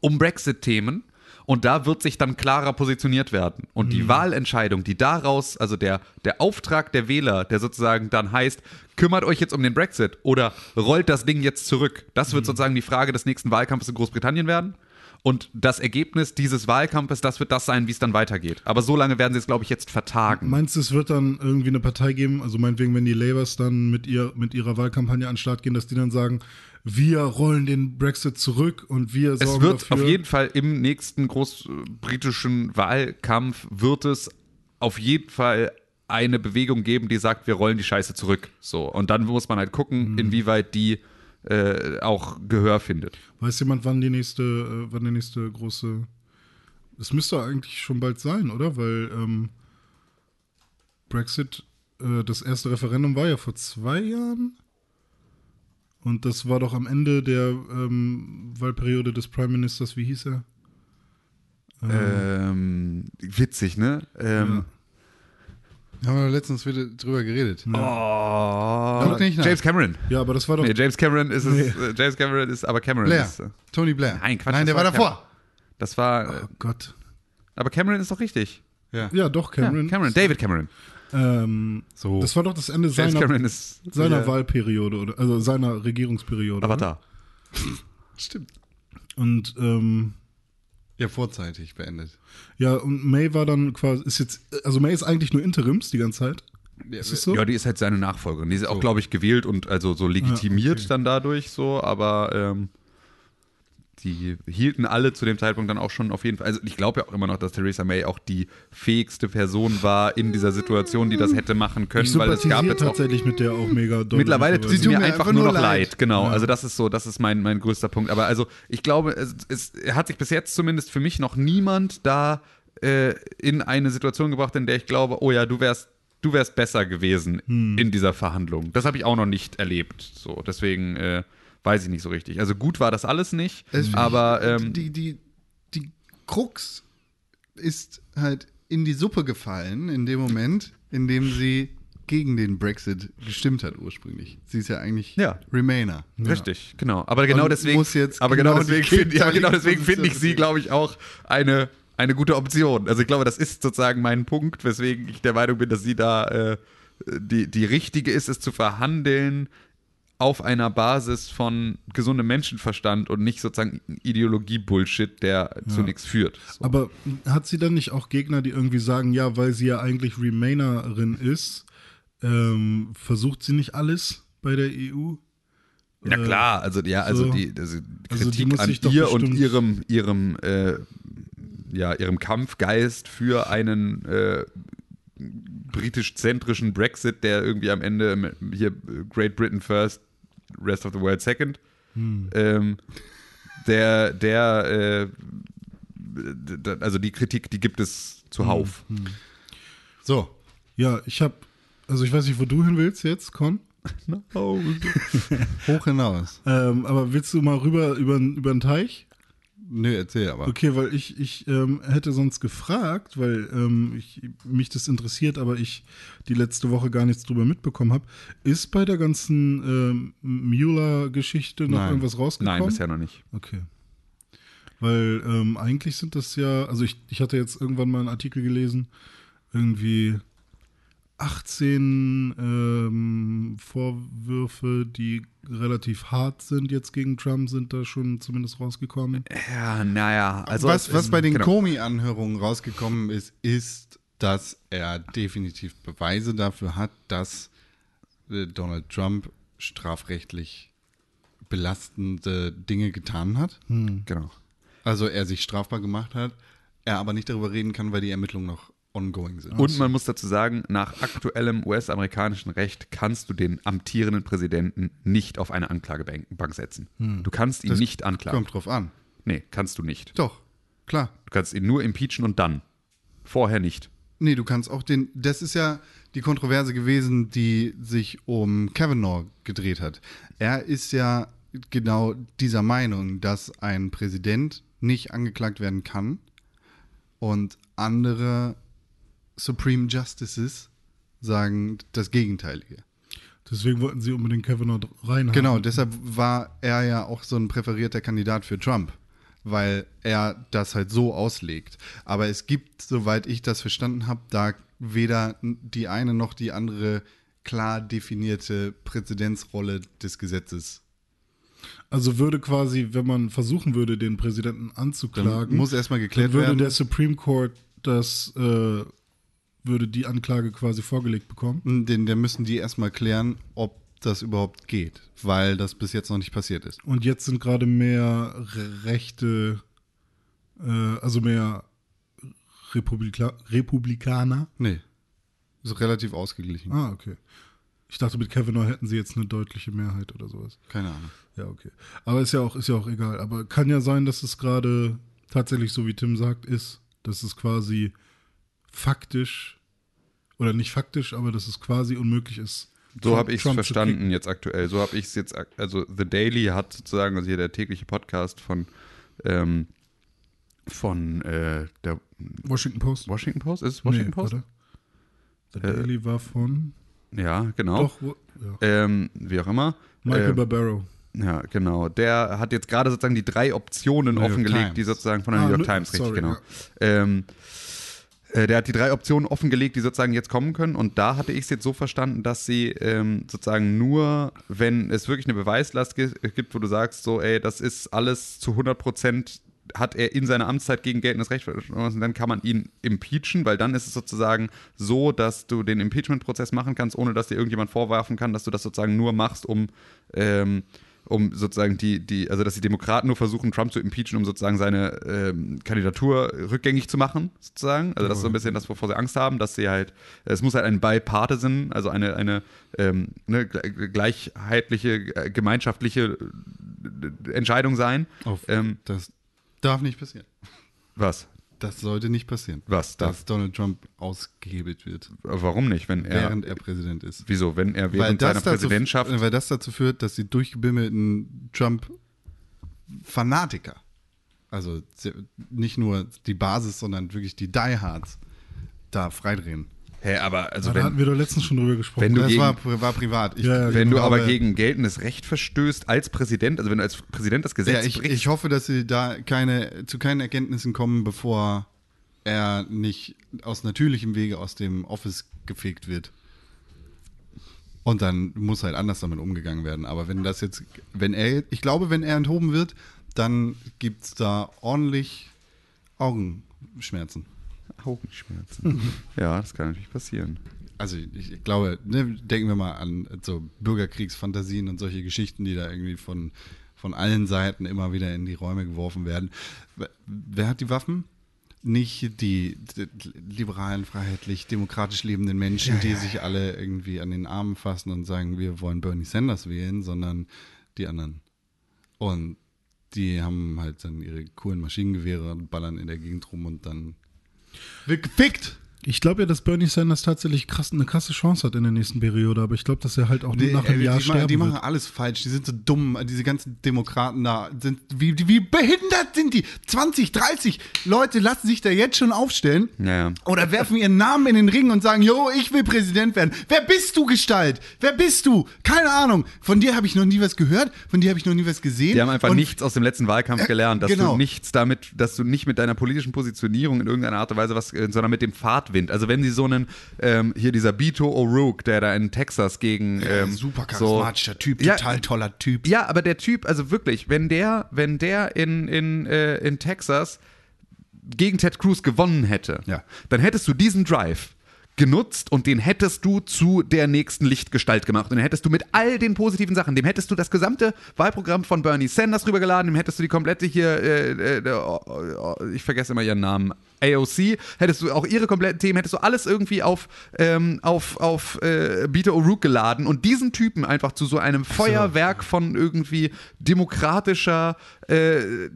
um Brexit-Themen. Und da wird sich dann klarer positioniert werden. Und die Wahlentscheidung, die daraus, also der, der Auftrag der Wähler, der sozusagen dann heißt, kümmert euch jetzt um den Brexit oder rollt das Ding jetzt zurück, das wird sozusagen die Frage des nächsten Wahlkampfes in Großbritannien werden. Und das Ergebnis dieses Wahlkampfes, das wird das sein, wie es dann weitergeht. Aber so lange werden sie es, glaube ich, jetzt vertagen. Meinst du, es wird dann irgendwie eine Partei geben, also meinetwegen, wenn die Labours dann mit, ihr, mit ihrer Wahlkampagne an den Start gehen, dass die dann sagen, wir rollen den Brexit zurück und wir sorgen Es wird dafür. auf jeden Fall im nächsten großbritischen Wahlkampf wird es auf jeden Fall eine Bewegung geben, die sagt, wir rollen die Scheiße zurück. So und dann muss man halt gucken, inwieweit die äh, auch Gehör findet. Weiß jemand, wann die nächste, äh, wann der nächste große. Es müsste eigentlich schon bald sein, oder? Weil ähm, Brexit, äh, das erste Referendum war ja vor zwei Jahren. Und das war doch am Ende der ähm, Wahlperiode des Prime Ministers, wie hieß er? Ähm, witzig, ne? Ähm, Haben wir letztens wieder drüber geredet. oh, Guck nicht nach. James Cameron. Ja, aber das war doch. Nee, James Cameron ist es. Äh, James Cameron ist aber Cameron. Blair. Ist, äh, Tony Blair. Nein, Quatsch, Nein, der war das war davor. das war. Äh, oh Gott. aber Cameron ist doch richtig. Ja, doch, Cameron. Cameron. Ja, Cameron. David Cameron. Ähm, So. Das war doch das Ende James seiner, Hm. Cameron ist seiner Ja. Wahlperiode, oder, also seiner Regierungsperiode. aber oder? da. Stimmt. Und ähm, Ja, vorzeitig beendet. Ja, und May war dann quasi, ist jetzt, also May ist eigentlich nur Interims die ganze Zeit. Ist es so? Ja, die ist halt seine Nachfolgerin. Die ist auch, glaube ich, gewählt und also so legitimiert dann dadurch so, aber ähm, die hielten alle zu dem Zeitpunkt dann auch schon auf jeden Fall. Also ich glaube ja auch immer noch, dass Theresa May auch die fähigste Person war in dieser Situation, die das hätte machen ich können, weil es gab sympathisiere jetzt auch. tatsächlich mit der auch mega doll. Mittlerweile tut möglicherweise. sie mir einfach, nur noch leid. leid. Genau, also das ist so, das ist mein, mein größter Punkt. Aber also ich glaube, es, es hat sich bis jetzt zumindest für mich noch niemand da äh, in eine Situation gebracht, in der ich glaube, oh ja, du wärst, du wärst besser gewesen in dieser Verhandlung. Das habe ich auch noch nicht erlebt. So, deswegen äh, weiß ich nicht so richtig. Also gut war das alles nicht, Es- aber ähm, die, die, die Krux ist halt in die Suppe gefallen in dem Moment, in dem sie gegen den Brexit gestimmt hat ursprünglich. Sie ist ja eigentlich Ja. Remainer. Richtig, genau. Aber genau Und deswegen, muss jetzt aber genau genau die deswegen finde ja, genau gegenteilige deswegen finde ich Position sie, nehmen. glaube ich, auch eine, eine gute Option. Also ich glaube, das ist sozusagen mein Punkt, weswegen ich der Meinung bin, dass sie da äh, die, die richtige ist, es zu verhandeln auf einer Basis von gesundem Menschenverstand und nicht sozusagen Ideologie-Bullshit, der zu nichts führt. So. Aber hat sie dann nicht auch Gegner, die irgendwie sagen, ja, weil sie ja eigentlich Remainerin ist, ähm, versucht sie nicht alles bei der E EU? Ja Äh, klar, also ja, also so. die, also die Also die Kritik muss sich an doch ihr und bestimmt- ihrem ihrem äh, ja ihrem Kampfgeist für einen äh, britisch-zentrischen Brexit, der irgendwie am Ende im- hier äh, Great Britain first, rest of the world second, Hm. ähm, der der äh, d- d- also die Kritik, die gibt es zuhauf. Hm, So, Ja, ich habe, also ich weiß nicht, wo du hin willst jetzt, Con. Oh, hoch hinaus. Ähm, aber willst du mal rüber über, über den Teich? Nö, erzähl aber. Okay, weil ich, ich ähm, hätte sonst gefragt, weil ähm, ich, mich das interessiert, aber ich die letzte Woche gar nichts drüber mitbekommen habe. Ist bei der ganzen ähm, Mueller-Geschichte noch Nein. irgendwas rausgekommen? nein, bisher noch nicht. Okay. Weil ähm, eigentlich sind das ja, also ich, ich hatte jetzt irgendwann mal einen Artikel gelesen, irgendwie 18 ähm, Vorwürfe, die relativ hart sind jetzt gegen Trump, sind da schon zumindest rausgekommen. Ja, naja, also was, es- was bei den genau. Komi-Anhörungen rausgekommen ist, ist, dass er definitiv Beweise dafür hat, dass äh, Donald Trump strafrechtlich belastende Dinge getan hat. genau. Also er sich strafbar gemacht hat, er aber nicht darüber reden kann, weil die Ermittlungen noch ongoing sind. Und man muss dazu sagen, nach aktuellem US-amerikanischen Recht kannst du den amtierenden Präsidenten nicht auf eine Anklagebank Bank setzen. Hm. Du kannst ihn Das nicht anklagen. kommt drauf an. Nee, kannst du nicht. Doch, klar. Du kannst ihn nur impeachen und dann. Vorher nicht. Nee, du kannst auch den. Das ist ja die Kontroverse gewesen, die sich um Kavanaugh gedreht hat. Er ist ja genau dieser Meinung, dass ein Präsident nicht angeklagt werden kann und andere Supreme Justices sagen das Gegenteilige. Deswegen wollten sie unbedingt Kavanaugh reinhaben. Genau, deshalb war er ja auch so ein präferierter Kandidat für Trump, weil er das halt so auslegt. Aber es gibt, soweit ich das verstanden habe, da weder die eine noch die andere klar definierte Präzedenzrolle des Gesetzes. Also würde quasi, wenn man versuchen würde, den Präsidenten anzuklagen, Muss erstmal geklärt dann würde werden. der Supreme Court das, äh, würde die Anklage quasi vorgelegt bekommen. den, der müssen die erstmal klären, ob das überhaupt geht, weil das bis jetzt noch nicht passiert ist. Und jetzt sind gerade mehr Re- Rechte, äh, also mehr Republika Republikaner. Nee. Ist relativ ausgeglichen. Ah, okay. Ich dachte, mit Kavanaugh hätten sie jetzt eine deutliche Mehrheit oder sowas. Keine Ahnung. Ja, okay. Aber ist ja auch, ist ja auch egal. Aber kann ja sein, dass es gerade tatsächlich so, wie Tim sagt, ist. Dass es quasi faktisch oder nicht faktisch, aber dass es quasi unmöglich ist. So Trump- habe ich es Trump zu kicken. verstanden jetzt aktuell. So habe ich es jetzt, ak- also The Daily hat sozusagen, also hier der tägliche Podcast von, ähm, von äh, der Washington Post. Washington Post? Ist es Washington Post? warte. The Äh, Daily war von. Ja, genau. Doch, wo- ja. Ähm, wie auch immer. Michael Ähm, Barbaro. Ja, genau. Der hat jetzt gerade sozusagen die drei Optionen New York offengelegt, Times. die sozusagen von der Ah, New York New- Times, richtig, sorry, genau. Ähm, äh, der hat die drei Optionen offengelegt, die sozusagen jetzt kommen können. Und da hatte ich es jetzt so verstanden, dass sie ähm, sozusagen nur, wenn es wirklich eine Beweislast gi- gibt, wo du sagst, so, ey, das ist alles zu 100 Prozent, hat er in seiner Amtszeit gegen geltendes Recht verstoßen, dann kann man ihn impeachen, weil dann ist es sozusagen so, dass du den Impeachment-Prozess machen kannst, ohne dass dir irgendjemand vorwerfen kann, dass du das sozusagen nur machst, um. Ähm, um sozusagen die, die, also dass die Demokraten nur versuchen, Trump zu impeachen, um sozusagen seine ähm, Kandidatur rückgängig zu machen, sozusagen. Also das ist so ein bisschen das, wovor sie Angst haben, dass sie halt, es muss halt ein Bipartisan, also eine, eine ähm, ne, gle- gleichheitliche, äh, gemeinschaftliche äh, Entscheidung sein. Auf, Ähm, das darf nicht passieren. was? Das sollte nicht passieren. Was? Dass Donald Trump ausgehebelt wird, Warum nicht, wenn er, während er Präsident ist. wieso, wenn er Weil während seiner das, dazu, Präsidentschaft, weil das dazu führt, dass die durchgebimmelten Trump-Fanatiker, also se- nicht nur die Basis, sondern wirklich die Diehards, da freidrehen. hä, aber, also Ah, da wenn, hatten wir doch letztens schon drüber gesprochen. Wenn du das gegen- war, pri- war privat. Ich, Ja, ja, wenn du aber glaube- gegen geltendes Recht verstößt als Präsident, also wenn du als Präsident das Gesetz Ja, ich, brichst, ich hoffe, dass sie da keine, zu keinen Erkenntnissen kommen, bevor er nicht aus natürlichem Wege aus dem Office gefegt wird. Und dann muss halt anders damit umgegangen werden. Aber wenn das jetzt, wenn er, ich glaube, wenn er enthoben wird, dann gibt es da ordentlich Augenschmerzen. Augenschmerzen. ja, das kann natürlich passieren. Also ich, ich glaube, ne, denken wir mal an so Bürgerkriegsfantasien und solche Geschichten, die da irgendwie von, von allen Seiten immer wieder in die Räume geworfen werden. Wer- Wer hat die Waffen? Nicht die, d- liberalen, freiheitlich, demokratisch lebenden Menschen, die sich alle irgendwie an den Armen fassen und sagen, wir wollen Bernie Sanders wählen, sondern die anderen. Und die haben halt dann ihre coolen Maschinengewehre und ballern in der Gegend rum und dann wird gefickt. Ich glaube ja, dass Bernie Sanders tatsächlich krass, eine krasse Chance hat in der nächsten Periode, aber ich glaube, dass er halt auch Nee, nach einem äh, ey, Jahr die, machen- sterben die machen wird. alles falsch. Die sind so dumm. Diese ganzen Demokraten da sind wie, die- wie behindert sind die? 20, 30 Leute lassen sich da jetzt schon aufstellen. Ja. Oder werfen ihren Namen in den Ring und sagen, yo, ich will Präsident werden. Wer bist du, Gestalt? Wer bist du? Keine Ahnung. Von dir habe ich noch nie was gehört. Von dir habe ich noch nie was gesehen. Die haben einfach und nichts aus dem letzten Wahlkampf gelernt, dass genau. du nichts damit, dass du nicht mit deiner politischen Positionierung in irgendeiner Art und Weise was, äh, sondern mit dem Fahrtwind. Also wenn sie so einen, ähm, hier dieser Beto O'Rourke, der da in Texas gegen ähm, Super so- charismatischer Typ, Ja, total toller Typ. Ja, aber der Typ, also wirklich, wenn der, wenn der in, in, äh, in Texas gegen Ted Cruz gewonnen hätte, Ja. dann hättest du diesen Drive genutzt und den hättest du zu der nächsten Lichtgestalt gemacht. Und den hättest du mit all den positiven Sachen, dem hättest du das gesamte Wahlprogramm von Bernie Sanders rübergeladen, dem hättest du die komplette hier, äh, äh, der- oh, oh, oh, ich vergesse immer ihren Namen, AOC, hättest du auch ihre kompletten Themen, hättest du alles irgendwie auf, ähm, auf, auf äh, Beto O'Rourke geladen und diesen Typen einfach zu so einem Feuerwerk von irgendwie demokratischer äh,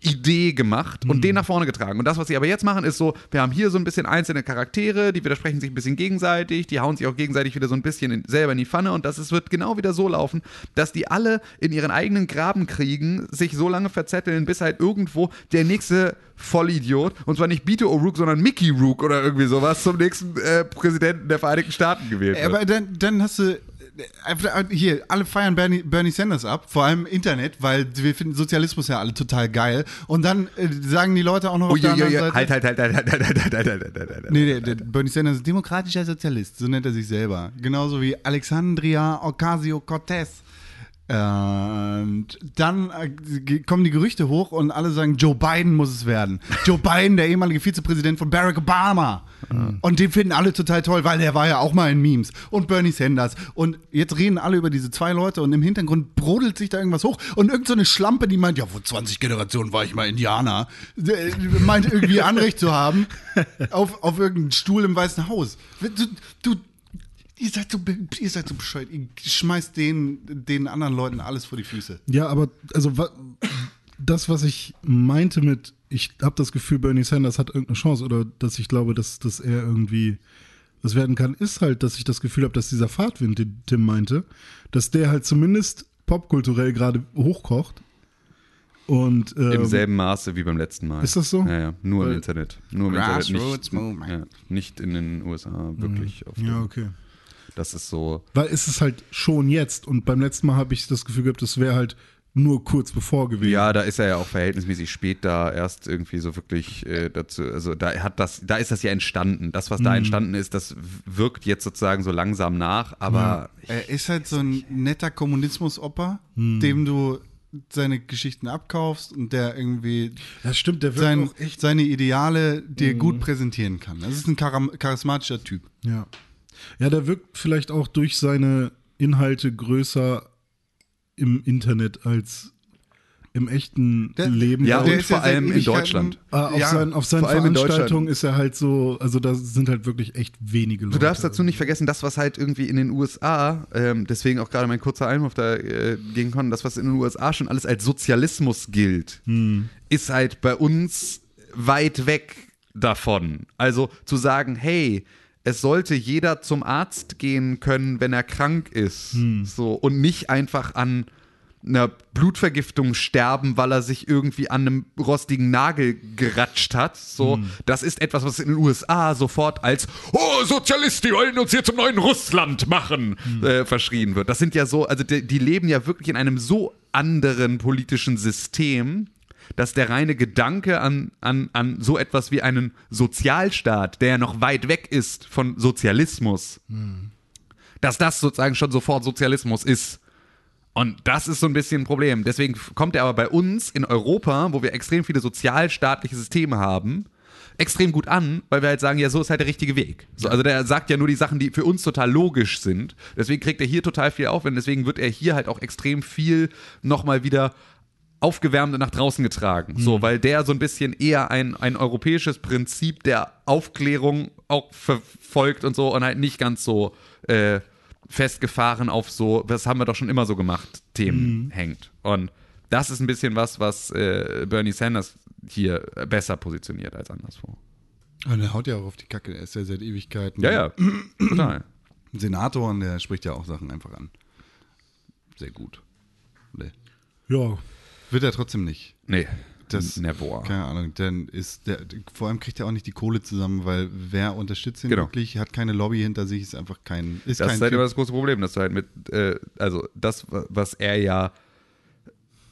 Idee gemacht und den nach vorne getragen. Und das, was sie aber jetzt machen, ist so, wir haben hier so ein bisschen einzelne Charaktere, die widersprechen sich ein bisschen gegenseitig, die hauen sich auch gegenseitig wieder so ein bisschen in, selber in die Pfanne und das ist, wird genau wieder so laufen, dass die alle in ihren eigenen Graben kriegen, sich so lange verzetteln, bis halt irgendwo der nächste Vollidiot, und zwar nicht Beto O'Rourke, sondern Mickey Rourke oder irgendwie sowas, zum nächsten äh, Präsidenten der Vereinigten Staaten gewählt wird. Aber dann, dann hast du. einfach- Hier, alle feiern Bernie, Bernie Sanders ab, vor allem im Internet, weil wir finden Sozialismus ja alle total geil. Und dann äh, sagen die Leute auch noch auf Ui, der ui, anderen ui, Seite. halt, halt, halt, halt, halt, halt, halt, halt, halt, halt, halt, halt, halt. Nee, der, der Bernie Sanders ist demokratischer Sozialist, so nennt er sich selber. Genauso wie Alexandria Ocasio-Cortez. Ähm, Und dann äh, ge- kommen die Gerüchte hoch und alle sagen, Joe Biden muss es werden. Joe Biden, der ehemalige Vizepräsident von Barack Obama. Und den finden alle total toll, weil der war ja auch mal in Memes. Und Bernie Sanders. Und jetzt reden alle über diese zwei Leute und im Hintergrund brodelt sich da irgendwas hoch. Und irgendeine so eine Schlampe, die meint, ja, vor 20 Generationen war ich mal Indianer, äh, meint irgendwie Anrecht zu haben auf, auf irgendeinen Stuhl im Weißen Haus. Du, du Ihr seid so, be- ihr seid so bescheuert. Ihr schmeißt den, den anderen Leuten alles vor die Füße. Ja, aber also wa das, was ich meinte mit, ich habe das Gefühl, Bernie Sanders hat irgendeine Chance oder dass ich glaube, dass, dass er irgendwie was werden kann, ist halt, dass ich das Gefühl habe, dass dieser Fahrtwind, den Tim meinte, dass der halt zumindest popkulturell gerade hochkocht. Und ähm, Im selben Maße wie beim letzten Mal. Ist das so? Äh, Ja, ja. Nur im Internet. Nur im Internet. Grassroots Nicht, movement. ja, nicht in den USA wirklich. Auf Mhm. Ja, dem- okay. Das ist so. Weil es ist halt schon jetzt und beim letzten Mal habe ich das Gefühl gehabt, das wäre halt nur kurz bevor gewesen. Ja, da ist er ja auch verhältnismäßig spät da erst irgendwie so wirklich äh, dazu. Also da hat das, da ist das ja entstanden. Das, was Mhm. da entstanden ist, das wirkt jetzt sozusagen so langsam nach, aber Er ist halt so ein netter Kommunismus-Opa, Hm. dem du seine Geschichten abkaufst und der irgendwie Das stimmt, der wird sein, auch echt. seine Ideale Hm. dir gut präsentieren kann. Das ist ein charam- charismatischer Typ. Ja. Ja, der wirkt vielleicht auch durch seine Inhalte größer im Internet als im echten Der- Leben. Ja, Und, der äh, ist- vor seit allem in Ewigkeiten- Deutschland. auf, seinen, auf seinen vor allem in Veranstaltungen Deutschland. ist er halt so, also da sind halt wirklich echt wenige Leute. Du darfst dazu nicht vergessen, das, was halt irgendwie in den USA, ähm, deswegen auch gerade mein kurzer Einwurf da äh, gegen Con, das, was in den USA schon alles als Sozialismus gilt, ist halt bei uns weit weg davon. Also zu sagen, hey, es sollte jeder zum Arzt gehen können, wenn er krank ist. So, und nicht einfach an einer Blutvergiftung sterben, weil er sich irgendwie an einem rostigen Nagel geratscht hat. So, das ist etwas, was in den USA sofort als Oh, Sozialist, die wollen uns hier zum neuen Russland machen, äh, verschrien wird. Das sind ja so, also die, die leben ja wirklich in einem so anderen politischen System, dass der reine Gedanke an, an, an so etwas wie einen Sozialstaat, der ja noch weit weg ist von Sozialismus, dass das sozusagen schon sofort Sozialismus ist. Und das ist so ein bisschen ein Problem. Deswegen f- kommt er aber bei uns in Europa, wo wir extrem viele sozialstaatliche Systeme haben, extrem gut an, weil wir halt sagen, ja, so ist halt der richtige Weg. So, also der sagt ja nur die Sachen, die für uns total logisch sind. Deswegen kriegt er hier total viel Aufwand. Deswegen wird er hier halt auch extrem viel nochmal wieder aufgewärmt und nach draußen getragen. So, weil der so ein bisschen eher ein, ein europäisches Prinzip der Aufklärung auch verfolgt und so und halt nicht ganz so äh, festgefahren auf so, das haben wir doch schon immer so gemacht, Themen hängt. Und das ist ein bisschen was, was äh, Bernie Sanders hier besser positioniert als anderswo. Und er haut ja auch auf die Kacke. Er ist ja seit Ewigkeiten Ja, ja, total. ein Senator und der spricht ja auch Sachen einfach an. Sehr gut. Nee. Ja, Wird er trotzdem nicht. Nee, Das- das never. Keine Ahnung, dann ist der, vor allem kriegt er auch nicht die Kohle zusammen, weil wer unterstützt ihn Genau. wirklich, hat keine Lobby hinter sich, ist einfach kein, ist Das kein ist halt Typ. immer das große Problem, dass du halt mit, äh, also das, wa- was er ja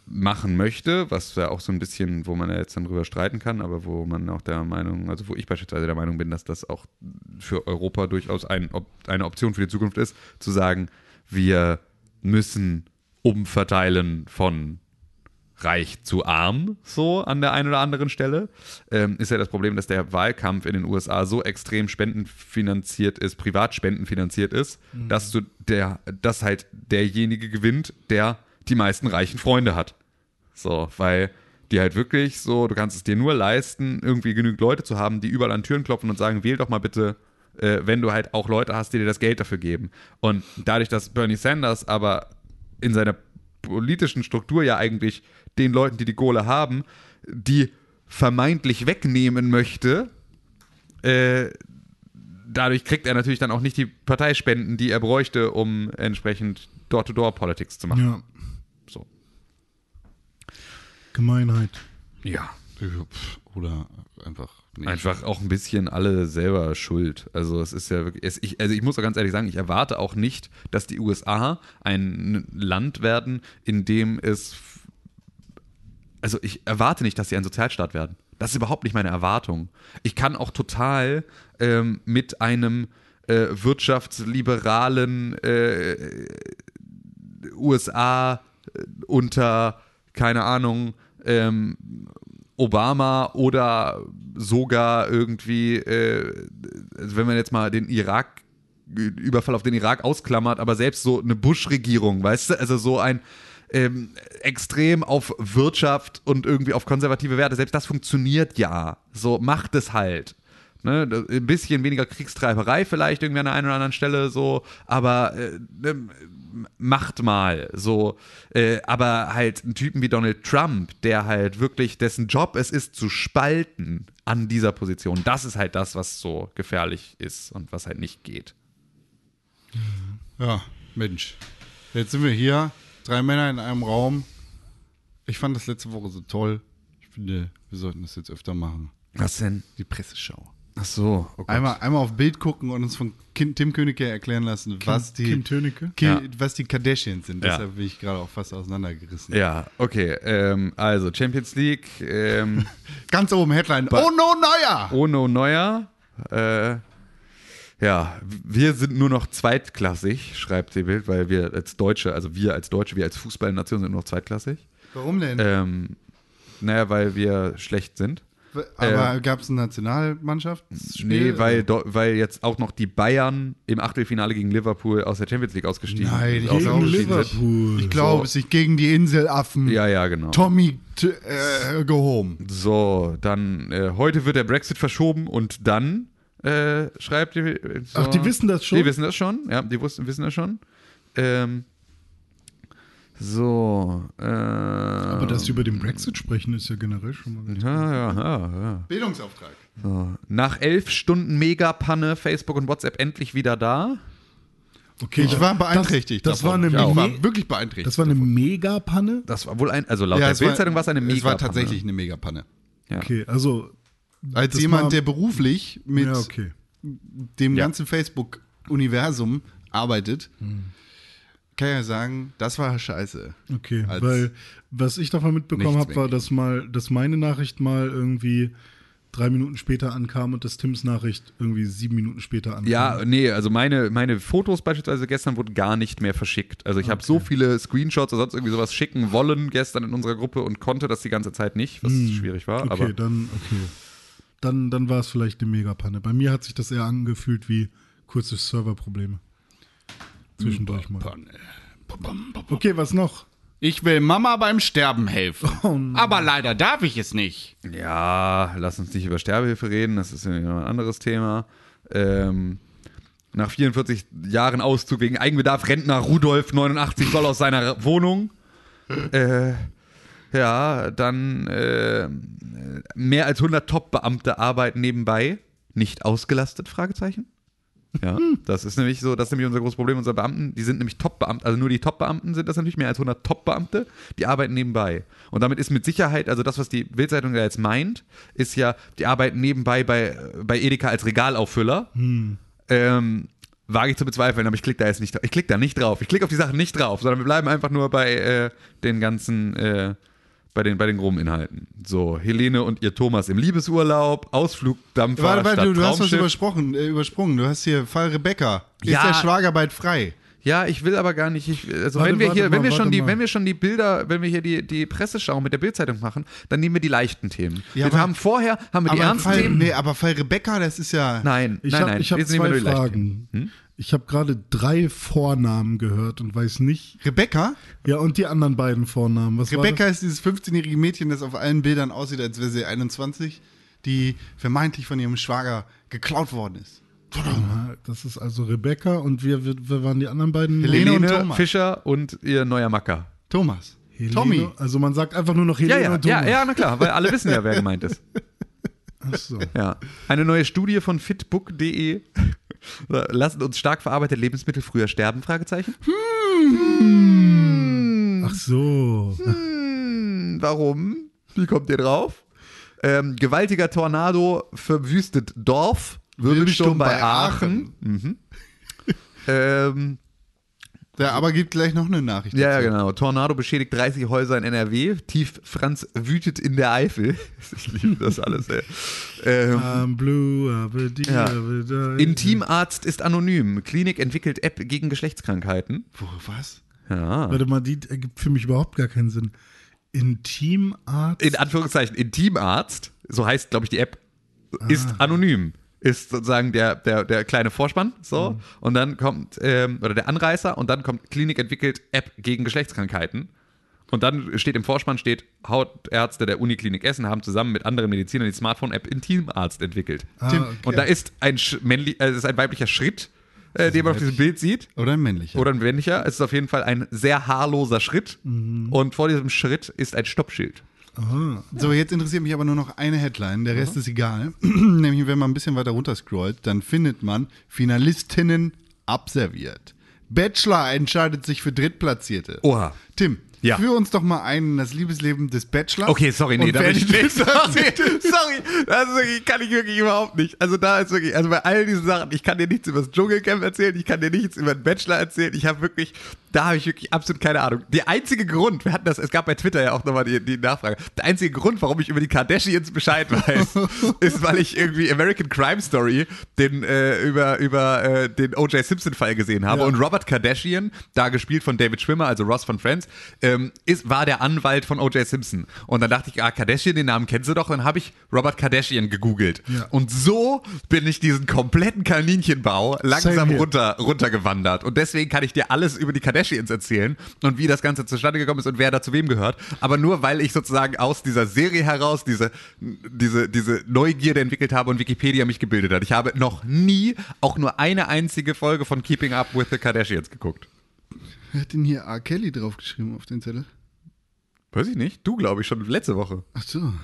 machen möchte, was ja auch so ein bisschen, wo man ja jetzt dann drüber streiten kann, aber wo man auch der Meinung, also wo ich beispielsweise der Meinung bin, dass das auch für Europa durchaus ein, Op- eine Option für die Zukunft ist, zu sagen, wir müssen umverteilen von reich zu arm, so an der einen oder anderen Stelle, ähm, ist ja das Problem, dass der Wahlkampf in den USA so extrem spendenfinanziert ist, privat spendenfinanziert ist, dass, du der, dass halt derjenige gewinnt, der die meisten reichen Freunde hat. So, weil die halt wirklich so, du kannst es dir nur leisten, irgendwie genügend Leute zu haben, die überall an Türen klopfen und sagen, wähl doch mal bitte, äh, wenn du halt auch Leute hast, die dir das Geld dafür geben. Und dadurch, dass Bernie Sanders aber in seiner politischen Struktur ja eigentlich den Leuten, die die Kohle haben, die vermeintlich wegnehmen möchte, äh, dadurch kriegt er natürlich dann auch nicht die Parteispenden, die er bräuchte, um entsprechend Door-to-Door-Politics zu machen. ja, So. Gemeinheit. Ja. Äh, Pff, Oder einfach nicht. Einfach auch ein bisschen alle selber schuld. Also es ist ja wirklich, es, ich, also ich muss auch ganz ehrlich sagen, ich erwarte auch nicht, dass die USA ein Land werden, in dem es, f- also ich erwarte nicht, dass sie ein Sozialstaat werden. Das ist überhaupt nicht meine Erwartung. Ich kann auch total ähm, mit einem äh, wirtschaftsliberalen äh, USA äh, unter, keine Ahnung, ähm, Obama oder sogar irgendwie, äh, also wenn man jetzt mal den Irak, Überfall auf den Irak ausklammert, aber selbst so eine Bush-Regierung, weißt du, also so ein ähm, extrem auf Wirtschaft und irgendwie auf konservative Werte, selbst das funktioniert ja. So macht es halt. Ne, da- ein bisschen weniger Kriegstreiberei vielleicht irgendwie an der einen oder anderen Stelle so, aber äh, ne, macht mal so. Äh, aber halt einen Typen wie Donald Trump, der halt wirklich, dessen Job es ist, zu spalten an dieser Position, das ist halt das, was so gefährlich ist und was halt nicht geht. Ja, Mensch. Jetzt sind wir hier, drei Männer in einem Raum. Ich fand das letzte Woche so toll. Ich finde, wir sollten das jetzt öfter machen. Was denn? Die Presseschau. Ach so. Oh Gott. Einmal, einmal auf Bild gucken und uns von Kim, Tim Königke erklären lassen, was die Kim Tönecke? Ki- Ja. was die Kardashians sind. Ja. Deshalb bin ich gerade auch fast auseinandergerissen. Ja, okay. Ähm, also Champions League, ähm, Ganz oben Headline. oh no, neuer! Ono Neuer. Äh, ja, wir sind nur noch zweitklassig, schreibt die Bild, weil wir als Deutsche, also wir als Deutsche, wir als Fußballnation sind nur noch zweitklassig. Warum denn? Ähm, naja, weil wir schlecht sind. Aber gab es ein Nationalmannschaftsspiel? äh, Nee, weil, Do- weil jetzt auch noch die Bayern im Achtelfinale gegen Liverpool aus der Champions League ausgestiegen, Nein, ich aus- glaube, Gegen ausgeschieden sind. Liverpool. Ich glaube es nicht. Gegen die Inselaffen. Ja, ja, genau. Tommy t- äh, gehoben. So, dann äh, heute wird der Brexit verschoben und dann äh, schreibt die. äh, So, Ach, die wissen das schon? Die wissen das schon, ja, die wussten, wissen das schon. Ähm, so, äh, Aber dass sie über den Brexit sprechen, ist ja generell schon mal. ja, ja, ja, ja. Bildungsauftrag. So. Nach elf Stunden Megapanne, Facebook und WhatsApp endlich wieder da. Okay, Ich war beeinträchtigt. Das, das war davon. ich eine, auch. Me war wirklich beeinträchtigt. das war eine Megapanne. Das war wohl ein, also laut Ja, der Bildzeitung war es eine Megapanne. Es war tatsächlich eine Megapanne. Okay, also Als Das war- jemand, der beruflich mit ja, okay. dem Ja. ganzen Facebook-Universum arbeitet, kann ich ja sagen, das war scheiße. Okay, Als- weil was ich davon mitbekommen Nichts habe, war, weg. dass mal, dass meine Nachricht mal irgendwie drei Minuten später ankam und dass Tims Nachricht irgendwie sieben Minuten später ankam. Ja, nee, also meine, meine Fotos beispielsweise gestern wurden gar nicht mehr verschickt. Also ich habe so viele Screenshots oder sonst irgendwie sowas schicken wollen gestern in unserer Gruppe und konnte das die ganze Zeit nicht, was schwierig war. okay, aber dann okay. Dann, dann war es vielleicht eine Megapanne. Bei mir hat sich das eher angefühlt wie kurze Serverprobleme. Zwischendurch mal. Okay, was noch? Ich will Mama beim Sterben helfen. aber leider darf ich es nicht. ja, lass uns nicht über Sterbehilfe reden, das ist ja noch ein anderes Thema. Ähm, nach 44 Jahren Auszug wegen Eigenbedarf, Rentner Rudolf 89 soll aus seiner Wohnung. Äh, ja, dann äh, mehr als 100 Top-Beamte arbeiten nebenbei, nicht ausgelastet, Fragezeichen. Ja, Hm. das ist nämlich so, das ist nämlich unser großes Problem unserer Beamten. Die sind nämlich Top-Beamte, also nur die Top-Beamten sind das natürlich, mehr als 100 Top-Beamte, die arbeiten nebenbei. Und damit ist mit Sicherheit, also das, was die Bildzeitung da jetzt meint, ist ja, die arbeiten nebenbei bei, bei Edeka als Regalauffüller. Hm. Ähm, wage ich zu bezweifeln, aber ich klicke da jetzt nicht drauf. Ich klicke da nicht drauf. Ich klicke auf die Sachen nicht drauf, sondern wir bleiben einfach nur bei äh, den ganzen, äh, bei den, bei den groben Inhalten. So, Helene und ihr Thomas im Liebesurlaub, Ausflug, Dampfer, Warte, warte, statt du, du hast was Traumschiff. übersprungen, äh, übersprungen. Du hast hier Fall Rebecca. Ist Ja. der Schwager bald frei? Ja, ich will aber gar nicht. Ich, also Warte, wenn wir warte hier, mal, wenn wir warte schon die, mal. wenn wir schon die Bilder, wenn wir hier die, die Presseschau mit der Bildzeitung machen, dann nehmen wir die leichten Themen. Ja, wir aber- haben vorher haben wir die ernsten Fall, Themen. nee, aber Fall Rebecca, das ist ja. Nein, Ich nein, habe nein. hab Jetzt nehmen wir zwei nur die leichten Themen. Fragen. Ich habe gerade drei Vornamen gehört und weiß nicht. Rebecca? Ja, und die anderen beiden Vornamen. Was war Rebecca ist dieses 15-jährige Mädchen, das auf allen Bildern aussieht, als wäre sie 21, die vermeintlich von ihrem Schwager geklaut worden ist. Aha, Das ist also Rebecca und wir, wir, wir waren die anderen beiden. Helene und Helene Thomas. Fischer und ihr neuer Macker. Thomas. Helene- Tommy. Also man sagt einfach nur noch Ja, Helene ja, und Thomas. ja, ja, na klar, weil alle wissen ja, wer gemeint ist. Ach so. Ja. Eine neue Studie von fitbook.de. Lassen uns stark verarbeitete Lebensmittel früher sterben? Fragezeichen. Ach so. Hm, warum? Wie kommt ihr drauf? Ähm, gewaltiger Tornado verwüstet Dorf. Wirbelsturm bei Aachen. Mhm. Ähm, Ja, aber gibt gleich noch eine Nachricht. ja, ja, dazu. genau. Tornado beschädigt 30 Häuser in NRW. Tief Franz wütet in der Eifel. Ich liebe das alles, ey. Ähm, I'm blue, aber die, Ja. aber da- Intimarzt ist anonym. Klinik entwickelt App gegen Geschlechtskrankheiten. Wo, was? Ja. Warte mal, die ergibt für mich überhaupt gar keinen Sinn. Intimarzt? In Anführungszeichen, Intimarzt, so heißt, glaube ich, die App, ist anonym. Ist sozusagen der, der, der kleine Vorspann, so. Und dann kommt, ähm, oder der Anreißer, und dann kommt Klinik entwickelt App gegen Geschlechtskrankheiten. Und dann steht im Vorspann, steht, Hautärzte der Uniklinik Essen haben zusammen mit anderen Medizinern die Smartphone-App Intimarzt entwickelt. Tim, okay. Und da ist ein, sch- männli äh, es ist ein weiblicher Schritt, äh, den man auf diesem Bild sieht. Oder ein männlicher. Oder ein männlicher. Es ist auf jeden Fall ein sehr haarloser Schritt. Und vor diesem Schritt ist ein Stoppschild. So, jetzt interessiert mich aber nur noch eine Headline, der Mhm. Rest ist egal. Nämlich, wenn man ein bisschen weiter runter scrollt, dann findet man Finalistinnen abserviert. Bachelor entscheidet sich für Drittplatzierte. Oha. Tim, Ja. führ uns doch mal ein in das Liebesleben des Bachelor. Okay, sorry, nee, Und da wer bin ich die nicht. Sorry, Drittplatzierte- sorry, das ist wirklich, kann ich wirklich überhaupt nicht. Also da ist wirklich, also bei all diesen Sachen, ich kann dir nichts über das Dschungelcamp erzählen, ich kann dir nichts über den Bachelor erzählen, ich habe wirklich, da habe ich wirklich absolut keine Ahnung. Der einzige Grund, wir hatten das, es gab bei Twitter ja auch nochmal die, die Nachfrage, der einzige Grund, warum ich über die Kardashians Bescheid weiß, ist, weil ich irgendwie American Crime Story den, äh, über, über äh, den O.J. Simpson-Fall gesehen habe Ja. und Robert Kardashian, da gespielt von David Schwimmer, also Ross von Friends, ähm, ist, war der Anwalt von O.J. Simpson. Und dann dachte ich, ah, Kardashian, den Namen kennst du doch. Dann habe ich Robert Kardashian gegoogelt. Ja. Und so bin ich diesen kompletten Kaninchenbau langsam here. runter, runtergewandert. Und deswegen kann ich dir alles über die Kardashians erzählen und wie das Ganze zustande gekommen ist und wer da zu wem gehört. Aber nur, weil ich sozusagen aus dieser Serie heraus diese, diese, diese Neugierde entwickelt habe und Wikipedia mich gebildet hat. Ich habe noch nie auch nur eine einzige Folge von Keeping Up with the Kardashians geguckt. Wer hat denn hier R. Kelly draufgeschrieben auf den Zettel? Weiß ich nicht. Du, glaube ich, schon letzte Woche. Ach so,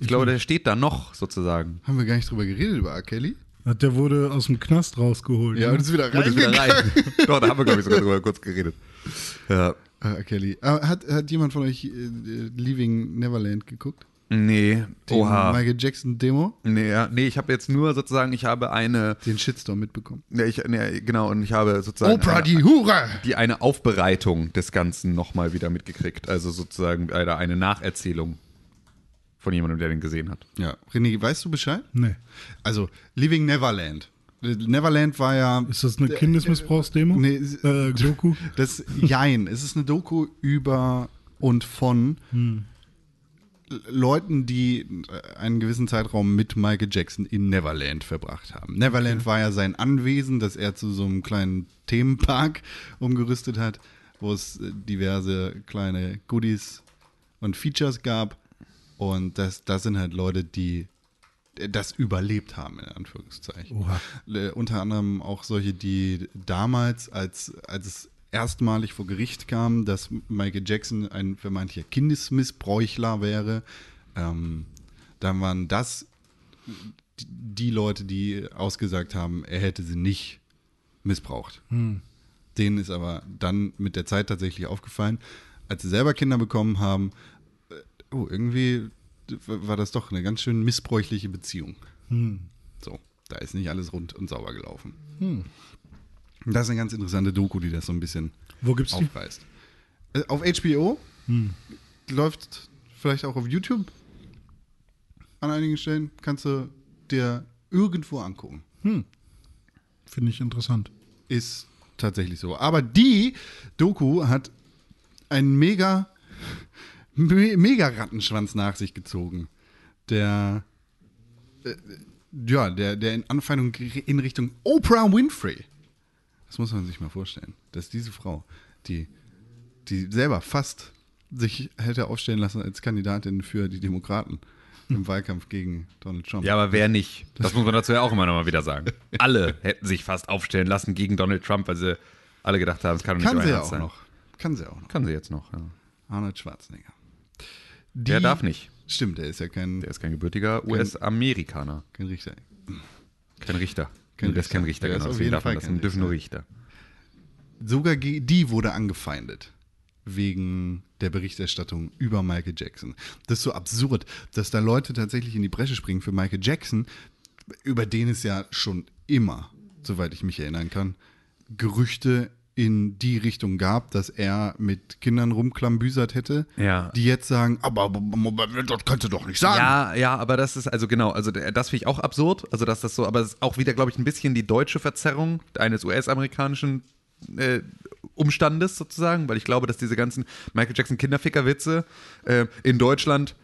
Ich glaube, der steht da noch sozusagen. haben wir gar nicht drüber geredet über R. Kelly? Hat Der wurde aus dem Knast rausgeholt. Ja, ne? und ist wieder Gut, ist wieder rein. reingegangen. Doch, da haben wir, glaube ich, sogar drüber kurz geredet. Ja. R. Kelly. Ah, Hat, hat jemand von euch äh, äh, Leaving Neverland geguckt? Nee. Die Oha. Michael Jackson Demo? Nee, ja. nee, ich habe jetzt nur sozusagen, ich habe eine, Den Shitstorm mitbekommen. nee, ich, nee, genau, und ich habe sozusagen Oprah, eine, die Hure! die eine Aufbereitung des Ganzen nochmal wieder mitgekriegt. Also sozusagen eine, eine Nacherzählung von jemandem, der den gesehen hat. Ja, René, weißt du Bescheid? Nee. Also, Leaving Neverland. Neverland war ja. Ist das eine Kindesmissbrauchsdemo? Nee, ist- Äh, Doku? Das Jein. es ist eine Doku über und von L- Leuten, die äh, einen gewissen Zeitraum mit Michael Jackson in Neverland verbracht haben. Neverland war ja sein Anwesen, das er zu so einem kleinen Themenpark umgerüstet hat, wo es äh, diverse kleine Goodies und Features gab. Und das, das sind halt Leute, die das überlebt haben, in Anführungszeichen. Äh, Unter anderem auch solche, die damals, als, als es erstmalig vor Gericht kam, dass Michael Jackson ein vermeintlicher Kindesmissbräuchler wäre, ähm, dann waren das die Leute, die ausgesagt haben, er hätte sie nicht missbraucht. Denen ist aber dann mit der Zeit tatsächlich aufgefallen, als sie selber Kinder bekommen haben, äh, oh, irgendwie war das doch eine ganz schön missbräuchliche Beziehung. So, da ist nicht alles rund und sauber gelaufen. Das ist eine ganz interessante Doku, die das so ein bisschen Wo gibt's die? Hm. aufreißt. Äh, Auf HBO läuft vielleicht auch auf YouTube an einigen Stellen. Kannst du dir irgendwo angucken. Finde ich interessant. Ist tatsächlich so. Aber die Doku hat einen mega, me, mega Rattenschwanz nach sich gezogen. Der, äh, ja, der, der in Anfeindung gere- in Richtung Oprah Winfrey. Das muss man sich mal vorstellen, dass diese Frau, die, die selber fast sich hätte aufstellen lassen als Kandidatin für die Demokraten im Wahlkampf gegen Donald Trump. Hm. Ja, aber wer nicht? Das muss man dazu ja auch immer nochmal wieder sagen. Alle hätten sich fast aufstellen lassen gegen Donald Trump, weil sie alle gedacht haben, es kann doch nicht kann euer sie ja Ernst auch sein. noch. Kann sie auch noch. Kann sie jetzt noch, ja. Arnold Schwarzenegger. Der Die- darf nicht. Stimmt, der ist ja kein, Der ist kein gebürtiger US-Amerikaner. kein Richter. Kein Richter. Kein der ist kein Richter. Richter, Der ist genau. auf Deswegen jeden darf man Fall das kein dürfen nur Richter. Sogar ge- die wurde angefeindet wegen der Berichterstattung über Michael Jackson. Das ist so absurd, dass da Leute tatsächlich in die Bresche springen für Michael Jackson, über den es ja schon immer, soweit ich mich erinnern kann, Gerüchte in die Richtung gab, dass er mit Kindern rumklambüsert hätte, Ja. die jetzt sagen, aber, aber, aber das kannst du doch nicht sagen. Ja, ja, aber das ist, also genau, also der- das finde ich auch absurd. Also, dass das so, aber es ist auch wieder, glaube ich, ein bisschen die deutsche Verzerrung eines US-amerikanischen äh, Umstandes sozusagen, weil ich glaube, dass diese ganzen Michael Jackson Kinderficker-Witze äh, in Deutschland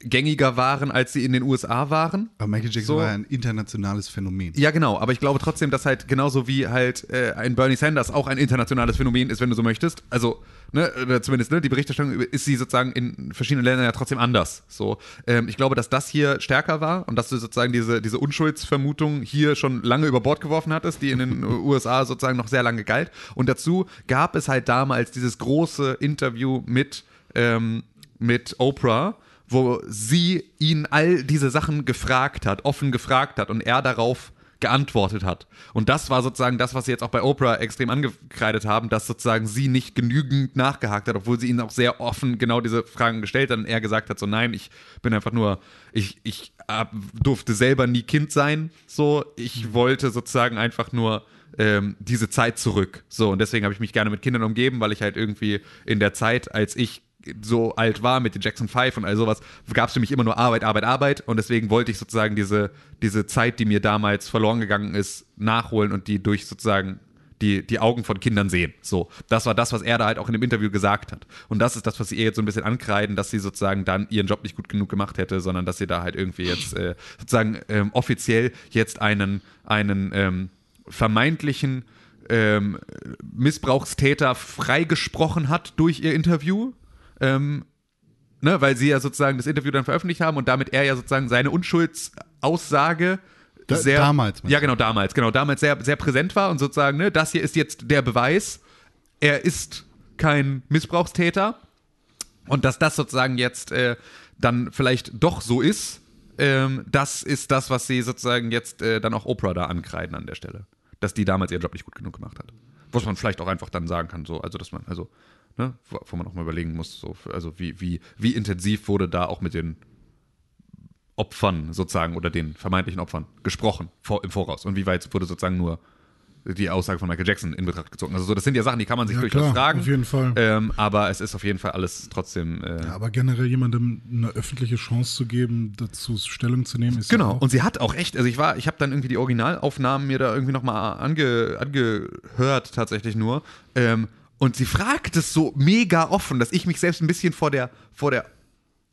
gängiger waren, als sie in den USA waren. Aber Michael Jackson So. war ja ein internationales Phänomen. Ja, genau, aber ich glaube trotzdem, dass halt genauso wie halt äh, ein Bernie Sanders auch ein internationales Phänomen ist, wenn du so möchtest. Also, ne, oder zumindest, ne, die Berichterstattung über- ist sie sozusagen in verschiedenen Ländern ja trotzdem anders. So, ähm, ich glaube, dass das hier stärker war und dass du sozusagen diese, diese Unschuldsvermutung hier schon lange über Bord geworfen hattest, die in den USA sozusagen noch sehr lange galt. Und dazu gab es halt damals dieses große Interview mit, ähm, mit Oprah wo sie ihn all diese Sachen gefragt hat, offen gefragt hat und er darauf geantwortet hat. Und das war sozusagen das, was sie jetzt auch bei Oprah extrem angekreidet haben, dass sozusagen sie nicht genügend nachgehakt hat, obwohl sie ihn auch sehr offen genau diese Fragen gestellt hat und er gesagt hat, so nein, ich bin einfach nur, ich, ich hab, durfte selber nie Kind sein, so, ich wollte sozusagen einfach nur ähm, diese Zeit zurück. So, und deswegen habe ich mich gerne mit Kindern umgeben, weil ich halt irgendwie in der Zeit, als ich so alt war mit den Jackson 5 und all sowas, gab es für mich immer nur Arbeit, Arbeit, Arbeit. Und deswegen wollte ich sozusagen diese, diese Zeit, die mir damals verloren gegangen ist, nachholen und die durch sozusagen die, die Augen von Kindern sehen. So, das war das, was er da halt auch in dem Interview gesagt hat. Und das ist das, was sie ihr jetzt so ein bisschen ankreiden, dass sie sozusagen dann ihren Job nicht gut genug gemacht hätte, sondern dass sie da halt irgendwie jetzt äh, sozusagen ähm, offiziell jetzt einen, einen ähm, vermeintlichen ähm, Missbrauchstäter freigesprochen hat durch ihr Interview ähm, ne, weil sie ja sozusagen das Interview dann veröffentlicht haben und damit er ja sozusagen seine Unschuldsaussage Da- sehr damals, meinst ja genau damals genau damals sehr sehr präsent war und sozusagen ne, das hier ist jetzt der Beweis er ist kein Missbrauchstäter und dass das sozusagen jetzt äh, dann vielleicht doch so ist ähm, das ist das was sie sozusagen jetzt äh, dann auch Oprah da ankreiden an der Stelle dass die damals ihren Job nicht gut genug gemacht hat was man vielleicht auch einfach dann sagen kann so also dass man also ne, wo, wo man auch mal überlegen muss so also wie wie wie intensiv wurde da auch mit den Opfern sozusagen oder den vermeintlichen Opfern gesprochen vor, im Voraus und wie weit wurde sozusagen nur die Aussage von Michael Jackson in Betracht gezogen. Also so, das sind ja Sachen, die kann man sich Ja, durchaus klar, fragen. auf jeden Fall. Ähm, aber es ist auf jeden Fall alles trotzdem. Äh, Ja, aber generell jemandem eine öffentliche Chance zu geben, dazu Stellung zu nehmen, ist Genau, ja auch und sie hat auch echt, also ich war, ich habe dann irgendwie die Originalaufnahmen mir da irgendwie nochmal ange, angehört, tatsächlich nur. Ähm, und sie fragt es so mega offen, dass ich mich selbst ein bisschen vor der, vor der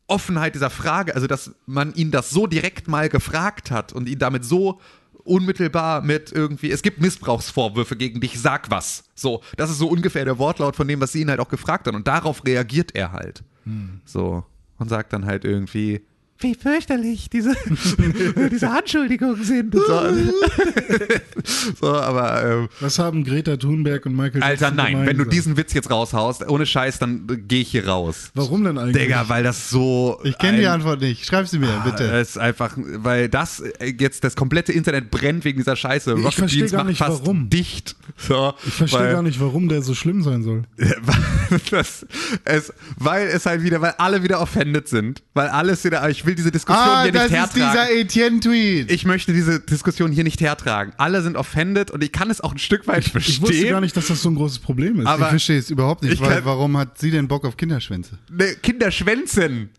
Offenheit dieser Frage, also dass man ihn das so direkt mal gefragt hat und ihn damit so unmittelbar mit irgendwie, es gibt Missbrauchsvorwürfe gegen dich, sag was. So, das ist so ungefähr der Wortlaut von dem, was sie ihn halt auch gefragt hat. Und darauf reagiert er halt. So. Und sagt dann halt irgendwie, wie fürchterlich diese, diese Anschuldigungen sind. So, so aber ähm, Was haben Greta Thunberg und Michael Alter, Jackson nein, wenn du gemeinsam? diesen Witz jetzt raushaust, ohne Scheiß, dann äh, gehe ich hier raus. Warum denn eigentlich? Digga, weil das so. Ich kenne die ein- Ah, äh, Antwort nicht. Schreib sie mir, bitte. das ist einfach, weil das äh, jetzt das komplette Internet brennt wegen dieser Scheiße. Ich Rocket verstehe Beans gar macht nicht, fast warum. dicht. So, ich verstehe gar nicht, warum der so schlimm sein soll. das, es, weil es halt wieder, weil alle wieder offended sind, weil alles wieder, ich will diese Diskussion Ah, Ah, hier nicht hertragen. Etienne-Tweet. ich möchte diese Diskussion hier nicht hertragen. Alle sind offended und ich kann es auch ein Stück weit verstehen. Ich wusste gar nicht, dass das so ein großes Problem ist. Aber- ich verstehe es überhaupt nicht, Ich weil kann- warum hat sie denn Bock auf Kinderschwänze? ne, Kinder schwänzen.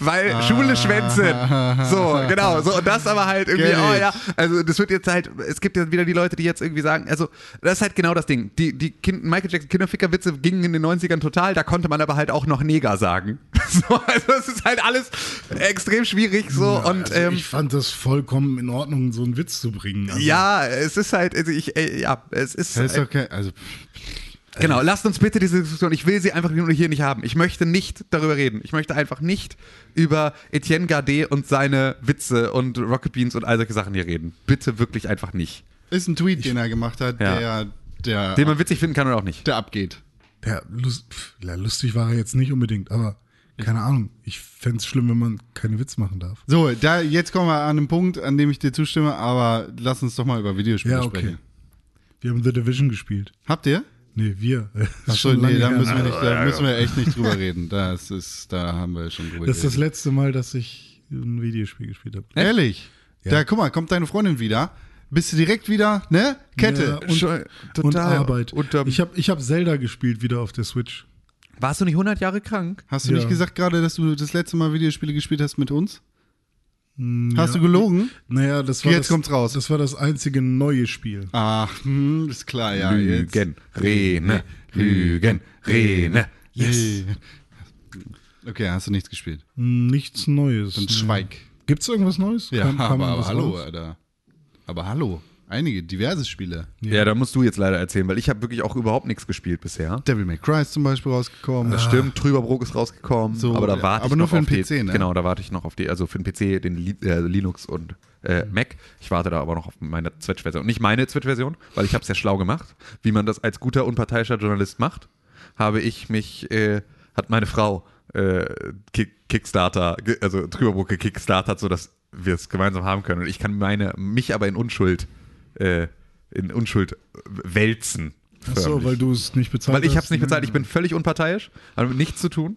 Weil Schule schwänzen. So, genau. So, und das aber halt irgendwie, Kenn oh ich. ja, also das wird jetzt halt, es gibt ja wieder die Leute, die jetzt irgendwie sagen, also das ist halt genau das Ding. Die, die kind, Michael Jackson Kinderfickerwitze gingen in den 90ern total, da konnte man aber halt auch noch Neger sagen. So, also es ist halt alles extrem schwierig so und also ähm, ich fand das vollkommen in Ordnung, so einen Witz zu bringen. Also, ja, es ist halt, also ich, äh, ja, es ist. Das ist doch kein, also, Genau, lasst uns bitte diese Diskussion. Ich will sie einfach nur hier nicht haben. Ich möchte nicht darüber reden. Ich möchte einfach nicht über Etienne Gardet und seine Witze und Rocket Beans und all solche Sachen hier reden. Bitte wirklich einfach nicht. ist ein Tweet, den er gemacht hat, Ja. der, der, Den man witzig finden kann oder auch nicht. der abgeht. Ja, lust, pf, ja, lustig war er jetzt nicht unbedingt, aber keine Ahnung. Ich fände es schlimm, wenn man keine Witz machen darf. So, da, jetzt kommen wir an den Punkt, an dem ich dir zustimme, aber lass uns doch mal über Videospiele Ja, okay. sprechen. Wir haben The Division gespielt. Habt ihr? Nee, wir. Ach Achso, nee, da müssen, wir nicht, da müssen wir echt nicht drüber reden. Das ist, da haben wir schon drüber Das ist das geredet. letzte Mal, dass ich ein Videospiel gespielt habe. Ehrlich. Da, guck mal, kommt deine Freundin wieder. Bist du direkt wieder, ne? Kette. Ja, und, Schon- und total Arbeit. unterm- ich habe ich hab Zelda gespielt wieder auf der Switch. Warst du nicht 100 Jahre krank? Hast du Ja. nicht gesagt gerade, dass du das letzte Mal Videospiele gespielt hast mit uns? Hast du gelogen? Naja, das war Jetzt das, kommt's raus. Das war das einzige neue Spiel. Ah, hm, ist klar, ja. jetzt. Lügen, Rene, Lügen, Rene. Yes. Okay, hast du nichts gespielt. Hm, Nichts Neues. Dann nee. schweig. Gibt's irgendwas Neues? Ja, Kam- kam aber, aber was hallo, äh, raus? Alter. Aber hallo. Einige, diverse Spiele. Ja. da musst du jetzt leider erzählen, weil ich habe wirklich auch überhaupt nichts gespielt bisher. Devil May Cry ist zum Beispiel rausgekommen. Das stimmt, Trüberbrook ist rausgekommen, Ah. So, aber da ja. warte ich Aber nur noch für auf den PC, die, ne? Genau, da warte ich noch auf die, also für den PC, den Li äh, Linux und äh, Mhm. Mac. Ich warte da aber noch auf meine Switch-Version. Nicht meine Switch-Version, weil ich habe es ja schlau gemacht. Wie man das als guter, unparteiischer Journalist macht, habe ich mich, äh, hat meine Frau äh, Kick Kickstarter, ge- also Trüberbrook gekickstartert, sodass wir es gemeinsam haben können. Und ich kann meine, mich aber in Unschuld, äh, in Unschuld wälzen. Ach so, förmlich. weil du es nicht bezahlt Weil ich habe es hast. nicht bezahlt. Ich bin völlig unparteiisch, hat mit nichts zu tun.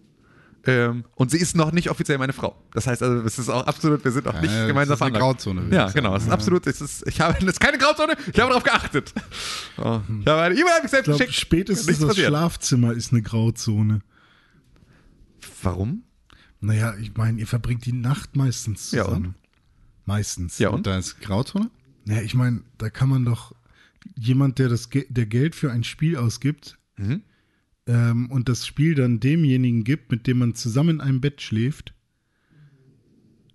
Ähm, und sie ist noch nicht offiziell meine Frau. Das heißt also, es ist auch absolut, wir sind auch nicht das gemeinsam ist eine veranlagt. Grauzone, würde Ja, ich sagen. genau. Es ist absolut, es ist, ich habe, das ist keine Grauzone, ich habe darauf geachtet. Oh, ich habe eine E-Mail an mich selbst Ich glaube, geschickt. spätestens Nichts das passiert. Schlafzimmer ist eine Grauzone. Warum? Naja, ich meine, ihr verbringt die Nacht meistens Ja, und? zusammen. Meistens. Ja, Und und? da ist Grauzone? Naja, ich meine, da kann man doch jemand, der das Ge der Geld für ein Spiel ausgibt Mhm. ähm, und das Spiel dann demjenigen gibt, mit dem man zusammen in einem Bett schläft,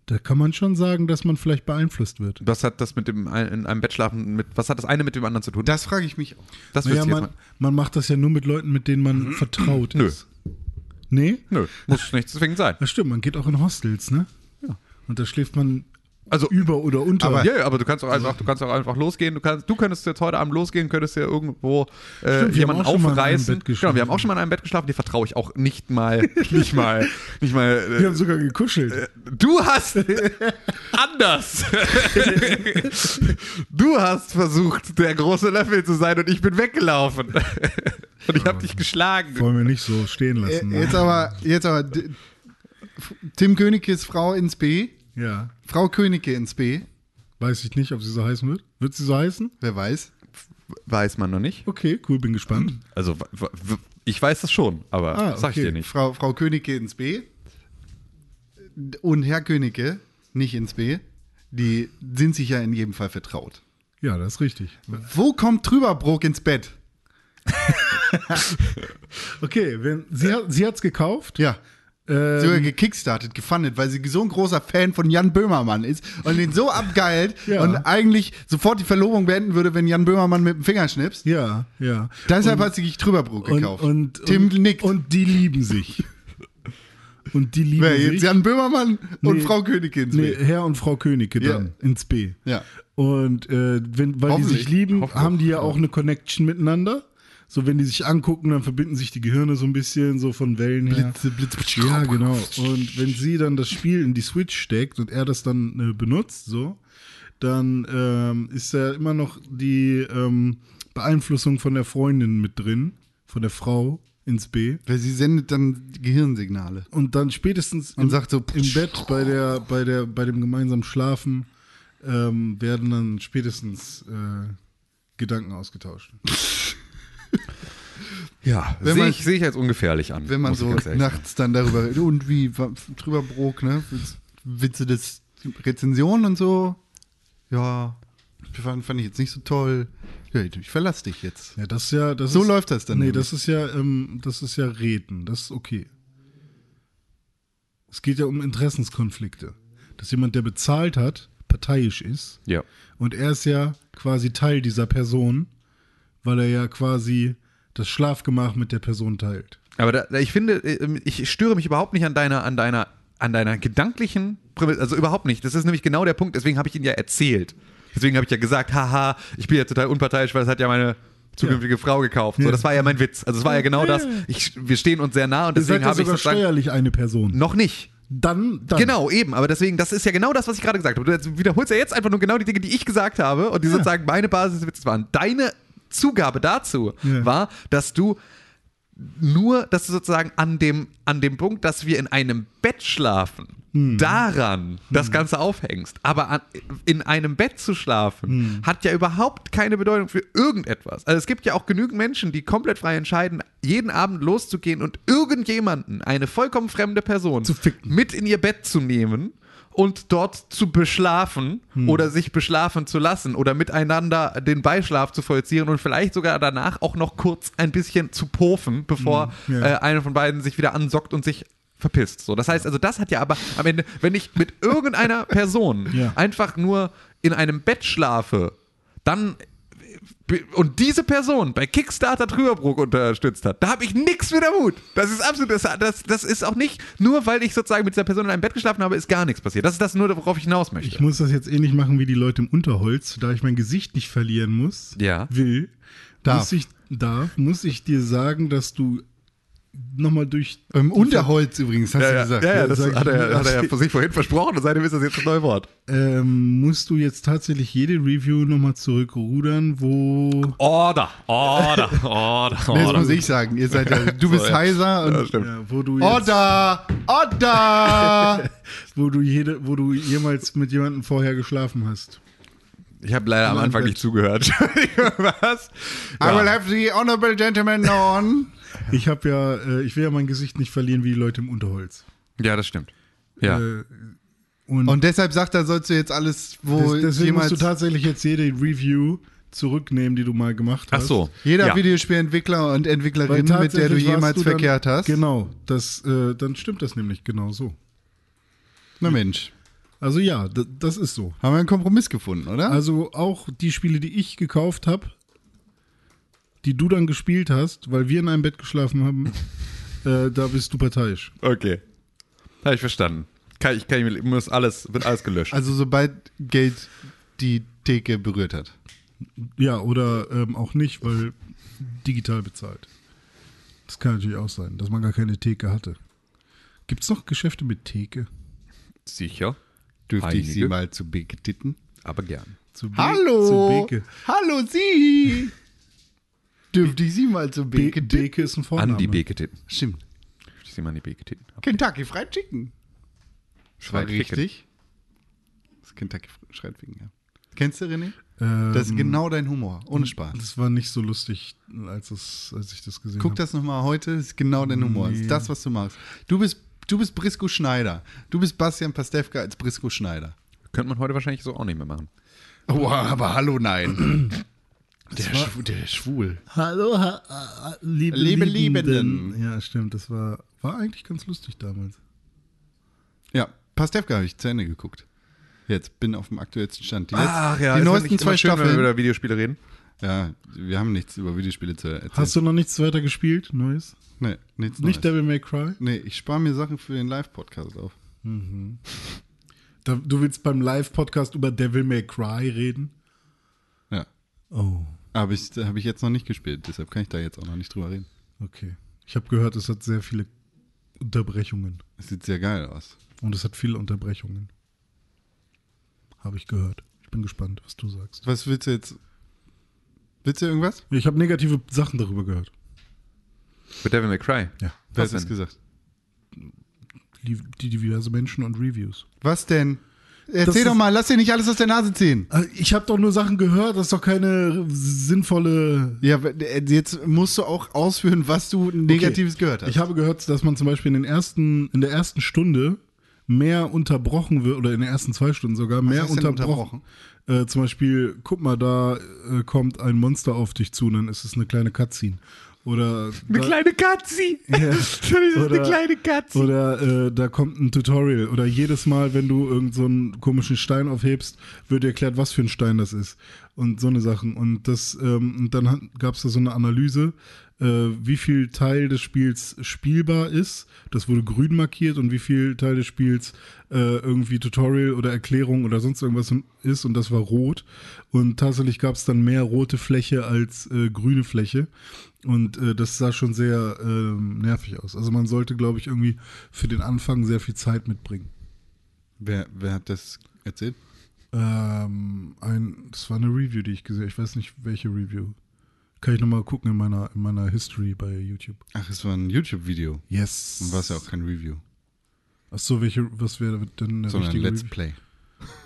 da kann man schon sagen, dass man vielleicht beeinflusst wird. Was hat das mit dem, ein- in einem Bett schlafen, mit, was hat das eine mit dem anderen zu tun? Das frage ich mich auch. das naja, wüsste ich Mhm. man, man macht das ja nur mit Leuten, mit denen man vertraut Nö. ist. Nee? Nö, muss nicht zwingend sein. Das stimmt, man geht auch in Hostels, ne? Ja. Und da schläft man Also, über oder unter. aber, ja, ja, aber du kannst auch einfach, du kannst auch einfach losgehen. Du kannst, du könntest jetzt heute Abend losgehen, könntest dir irgendwo äh, Stimmt, wir jemanden haben auch schon mal in einem aufreißen. Bett geschlafen. Genau, wir haben auch schon mal in einem Bett geschlafen. Dir vertraue ich auch nicht mal, nicht mal, nicht Wir mal. haben sogar gekuschelt. Äh, du hast anders. du hast versucht, der große Löffel zu sein und ich bin weggelaufen und ich habe dich geschlagen. Wollen wir nicht so stehen lassen. äh, ne? Äh, Jetzt aber, jetzt aber, D- F- Tim Königkes Frau ins B, ja. Frau Königke ins B, Weiß ich nicht, ob sie so heißen wird. Wird sie so heißen? wer weiß. Weiß man noch nicht. Okay, cool, bin gespannt. Also w- w- ich weiß das schon, aber Ah, sag ich okay. dir nicht. Frau, Frau Königke ins B und Herr Königke nicht ins B, die sind sich ja in jedem Fall vertraut. Ja, das ist richtig. Wo kommt Trüberbrook ins Bett? Okay, wenn, sie, hat, sie hat's gekauft. Ja. Ähm, Sogar gekickstartet, gefundet, weil sie so ein großer Fan von Jan Böhmermann ist und ihn so abgeilt Ja. und eigentlich sofort die Verlobung beenden würde, wenn Jan Böhmermann mit dem Finger schnippst. ja, ja. Deshalb hat sie Trüberbrook und, gekauft. und, und, Tim nickt. Und die lieben sich. Und die lieben Wer sich. jetzt? Jan Böhmermann und Nee. Frau Königin. nee, Herr und Frau Königke Ja. dann ins B. Ja. Und äh, wenn, weil die Hoffentlich. sich lieben, Hoffentlich. haben die ja auch eine Connection miteinander. So, wenn die sich angucken, dann verbinden sich die Gehirne so ein bisschen, so von Wellen her. Blitze, Blitze, Blitze. Ja, genau. Und wenn sie dann das Spiel in die Switch steckt und er das dann äh, benutzt, so, dann ähm, ist ja immer noch die ähm, Beeinflussung von der Freundin mit drin, von der Frau ins B. Weil sie sendet dann Gehirnsignale. Und dann spätestens Und sagt so, im Bett bei der, bei der, bei dem gemeinsamen Schlafen ähm, werden dann spätestens äh, Gedanken ausgetauscht. Ja, Wenn sehe man- ich, seh ich als ungefährlich an. Wenn man muss ich so ganz ehrlich sagen. nachts dann darüber redet. Und wie, wa- Trüberbrook, ne? Witz- Witze des Rezensionen und so. Ja, fand, fand ich jetzt nicht so toll. Ja, ich verlasse dich jetzt. Ja, das ist ja, das So ist, läuft das dann Nee, nämlich. das ist ja, ähm, das ist ja Reden. Das ist okay. Es geht ja um Interessenskonflikte. Dass jemand, der bezahlt hat, parteiisch ist Ja. und er ist ja quasi Teil dieser Person, weil er ja quasi das Schlafgemach mit der Person teilt. Aber da, da- ich finde, äh, ich störe mich überhaupt nicht an deiner, an deiner, an deiner gedanklichen Prämisse, also überhaupt nicht. Das ist nämlich genau der Punkt, deswegen habe ich ihn ja erzählt. Deswegen habe ich ja gesagt, haha, ich bin ja total unparteiisch, weil das hat ja meine zukünftige Frau gekauft. So, das war ja mein Witz. Also es war ja genau das. Ich, wir stehen uns sehr nah und Ihr seid deswegen ja habe ich sogar Ah. sozusagen steuerlich eine Person. noch nicht. Dann, dann. Genau, eben. Aber deswegen, das ist ja genau das, was ich gerade gesagt habe. Du jetzt wiederholst ja jetzt einfach nur genau die Dinge, die ich gesagt habe und die sozusagen meine Basis des Witzes waren. Deine Zugabe dazu Ja. war, dass du nur, dass du sozusagen an dem, an dem Punkt, dass wir in einem Bett schlafen, Hm. daran das Ganze aufhängst. Aber an, in einem Bett zu schlafen, Hm. hat ja überhaupt keine Bedeutung für irgendetwas. Also es gibt ja auch genügend Menschen, die komplett frei entscheiden, jeden Abend loszugehen und irgendjemanden, eine vollkommen fremde Person, Zu ficken. mit in ihr Bett zu nehmen. und dort zu beschlafen Hm. oder sich beschlafen zu lassen oder miteinander den Beischlaf zu vollziehen und vielleicht sogar danach auch noch kurz ein bisschen zu pofen, bevor Hm, ja. äh, einer von beiden sich wieder ansockt und sich verpisst. So, das heißt, also das hat ja aber am Ende, wenn ich mit irgendeiner Person Ja. einfach nur in einem Bett schlafe, dann und diese Person bei Kickstarter Trüberbrook unterstützt hat, da habe ich nichts mit der Mut. Das ist absolut, das, das, das ist auch nicht, nur weil ich sozusagen mit dieser Person in einem Bett geschlafen habe, ist gar nichts passiert. Das ist das nur, worauf ich hinaus möchte. Ich muss das jetzt ähnlich machen wie die Leute im Unterholz, da ich mein Gesicht nicht verlieren muss, Ja. will, Darf. muss ich darf, muss ich dir sagen, dass du nochmal durch Ähm, Im Ähm, Unterholz übrigens, hast du gesagt. ne? ja, ja, das sag ich hat er, nur- ja- hat er ja vor sich vorhin versprochen und seitdem ist das jetzt das neue Wort. ähm, musst du jetzt tatsächlich jede Review nochmal zurückrudern, wo Order, Order, Order, Nee, das muss ich sagen. Ihr seid ja, du bist Oh, ja. heiser Ja, und stimmt. ja, wo du Oh, jetzt, Odda! Odda! wo du jede, wo du jemals mit jemandem vorher geschlafen hast. Ich habe leider am Nein, Anfang Bett. nicht zugehört. Entschuldigung, Was? I will have the honorable gentleman on. Ich habe ja, äh, ich will ja mein Gesicht nicht verlieren wie die Leute im Unterholz. Ja, das stimmt. Ja. Äh, und Und deshalb sagt er, sollst du jetzt alles, wo des, deswegen musst jemals du tatsächlich jetzt jede Review zurücknehmen, die du mal gemacht Ach hast. so. jeder ja. Videospielentwickler und Weil Entwicklerin, mit der du tatsächlich warst jemals dann- verkehrt hast. Genau, das, äh, dann stimmt das nämlich genau so. Na Mensch, Also ja, d- das ist so. haben wir einen Kompromiss gefunden, oder? Also auch die Spiele, die ich gekauft habe, die du dann gespielt hast, weil wir in einem Bett geschlafen haben, äh, da bist du parteiisch. Okay. Habe ich verstanden. Kann, ich, kann, ich muss alles, wird alles gelöscht. Also sobald Geld die Theke berührt hat. Ja, oder ähm, auch nicht, weil digital bezahlt. Das kann natürlich auch sein, dass man gar keine Theke hatte. Gibt es noch Geschäfte mit Theke? Sicher, Dürfte ich sie Einige. mal zu Big titten? aber gern. Zu Be- Hallo! Zu Beke. Hallo Sie! Dürfte ich Sie mal zu Be Big titten? Beke ist ein Vorname. An die Beke titten. Stimmt. Ich sehe mal an die Beke titten. Kentucky Fried Chicken. Das war Fried Chicken. richtig. Das Kentucky Fried Chicken, ja. Kennst du, René? Ähm, Das ist genau dein Humor, ohne Spaß. Das war nicht so lustig, als, es, als ich das gesehen Guck habe. das nochmal heute, das ist genau dein Humor. Das ist das, was du machst. Du bist, du bist Brisco Schneider. Du bist Bastian Pastewka als Brisco Schneider. Könnte man heute wahrscheinlich so auch nicht mehr machen. Oh, aber hallo, nein. Der, Schw der ist schwul. Hallo, ha, ha, Ah, liebe, Liebe Liebenden. Ja, stimmt. Das war, war eigentlich ganz lustig damals. Ja, Pastewka habe ich zu Ende geguckt. Jetzt bin auf dem aktuellsten Stand. Die, letz- ist die das neuesten nicht immer zwei schön, Wenn wir Staffeln. über Videospiele reden. Ja, wir haben nichts über Videospiele zu erzählen. Hast du noch nichts weiter gespielt? Neues? Nee, nichts Neues. Nicht Devil May Cry? Nee, ich spare mir Sachen für den Live-Podcast auf. Da, du willst beim Live-Podcast über Devil May Cry reden? Ja. Oh, Aber ich habe ich jetzt noch nicht gespielt, deshalb kann ich da jetzt auch noch nicht drüber reden. okay. Ich habe gehört, es hat sehr viele Unterbrechungen. Es sieht sehr geil aus. Und es hat viele Unterbrechungen. Habe ich gehört. Ich bin gespannt, was du sagst. Was willst du jetzt? Willst du irgendwas? Ich habe negative Sachen darüber gehört. Mit Devil May Cry. Wer Ja. Was hat das denn? gesagt? Die, die diverse Menschen und Reviews. Was denn? Erzähl ist- doch mal, lass dir nicht alles aus der Nase ziehen. Äh, Ich habe doch nur Sachen gehört, das ist doch keine sinnvolle. Ja, w- äh, jetzt musst du auch ausführen, was du Negatives gehört hast. Ich habe gehört, dass man zum Beispiel in, den ersten, in der ersten Stunde mehr unterbrochen wird, oder in den ersten zwei Stunden sogar, mehr heißt denn unterbrochen. Äh, zum Beispiel, guck mal, da äh, kommt ein Monster auf dich zu, und dann ist es eine kleine Cutscene. Oder da- kleine Katzi. Das ist Oder- Katzi. Oder äh, da kommt ein Tutorial. Oder jedes Mal, wenn du irgendeinen so einen komischen Stein aufhebst, wird dir erklärt, was für ein Stein das ist. Und so eine Sachen. Und das, ähm, und dann gab es da so eine Analyse, äh, wie viel Teil des Spiels spielbar ist. Das wurde grün markiert und wie viel Teil des Spiels äh, irgendwie Tutorial oder Erklärung oder sonst irgendwas ist. Und das war rot. Und tatsächlich gab es dann mehr rote Fläche als äh, grüne Fläche. Und äh, das sah schon sehr ähm, nervig aus. Also man sollte, glaube ich, irgendwie für den Anfang sehr viel Zeit mitbringen. wer, wer hat das erzählt? Ähm, ein, das war eine Review, die ich gesehen habe. Ich weiß nicht, welche Review. Kann ich nochmal gucken in meiner, in meiner History bei YouTube. Ach, es war ein YouTube-Video. Yes. Und war es ja auch kein Review, Achso, welche, was wäre denn eine sondern ein richtige Let's Review? Play.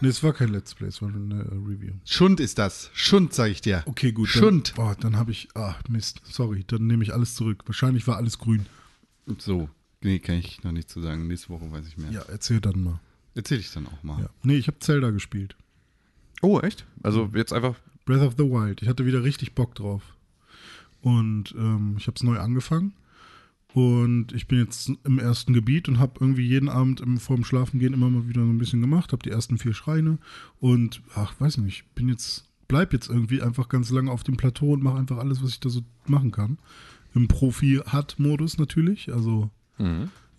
Nee, es war kein Let's Play, es war eine äh, Review. Schund ist das. Schund, sag ich dir. Okay, gut. Schund. Dann, oh, dann habe ich, ah, Mist, sorry, dann nehme ich alles zurück. Wahrscheinlich war alles grün. So. Nee, kann ich noch nicht zu sagen. Nächste Woche weiß ich mehr. Ja, erzähl dann mal. Erzähl ich dann auch mal. Ja. Nee, ich habe Zelda gespielt. Oh, echt? Also jetzt einfach. Breath of the Wild. Ich hatte wieder richtig Bock drauf. Und ähm, ich habe es neu angefangen. Und ich bin jetzt im ersten Gebiet und habe irgendwie jeden Abend im, vor dem Schlafengehen immer mal wieder so ein bisschen gemacht. Habe die ersten vier Schreine. Und ach, weiß nicht, bin jetzt, bleib jetzt irgendwie einfach ganz lange auf dem Plateau und mache einfach alles, was ich da so machen kann. Im Profi-Hut-Modus natürlich. Also,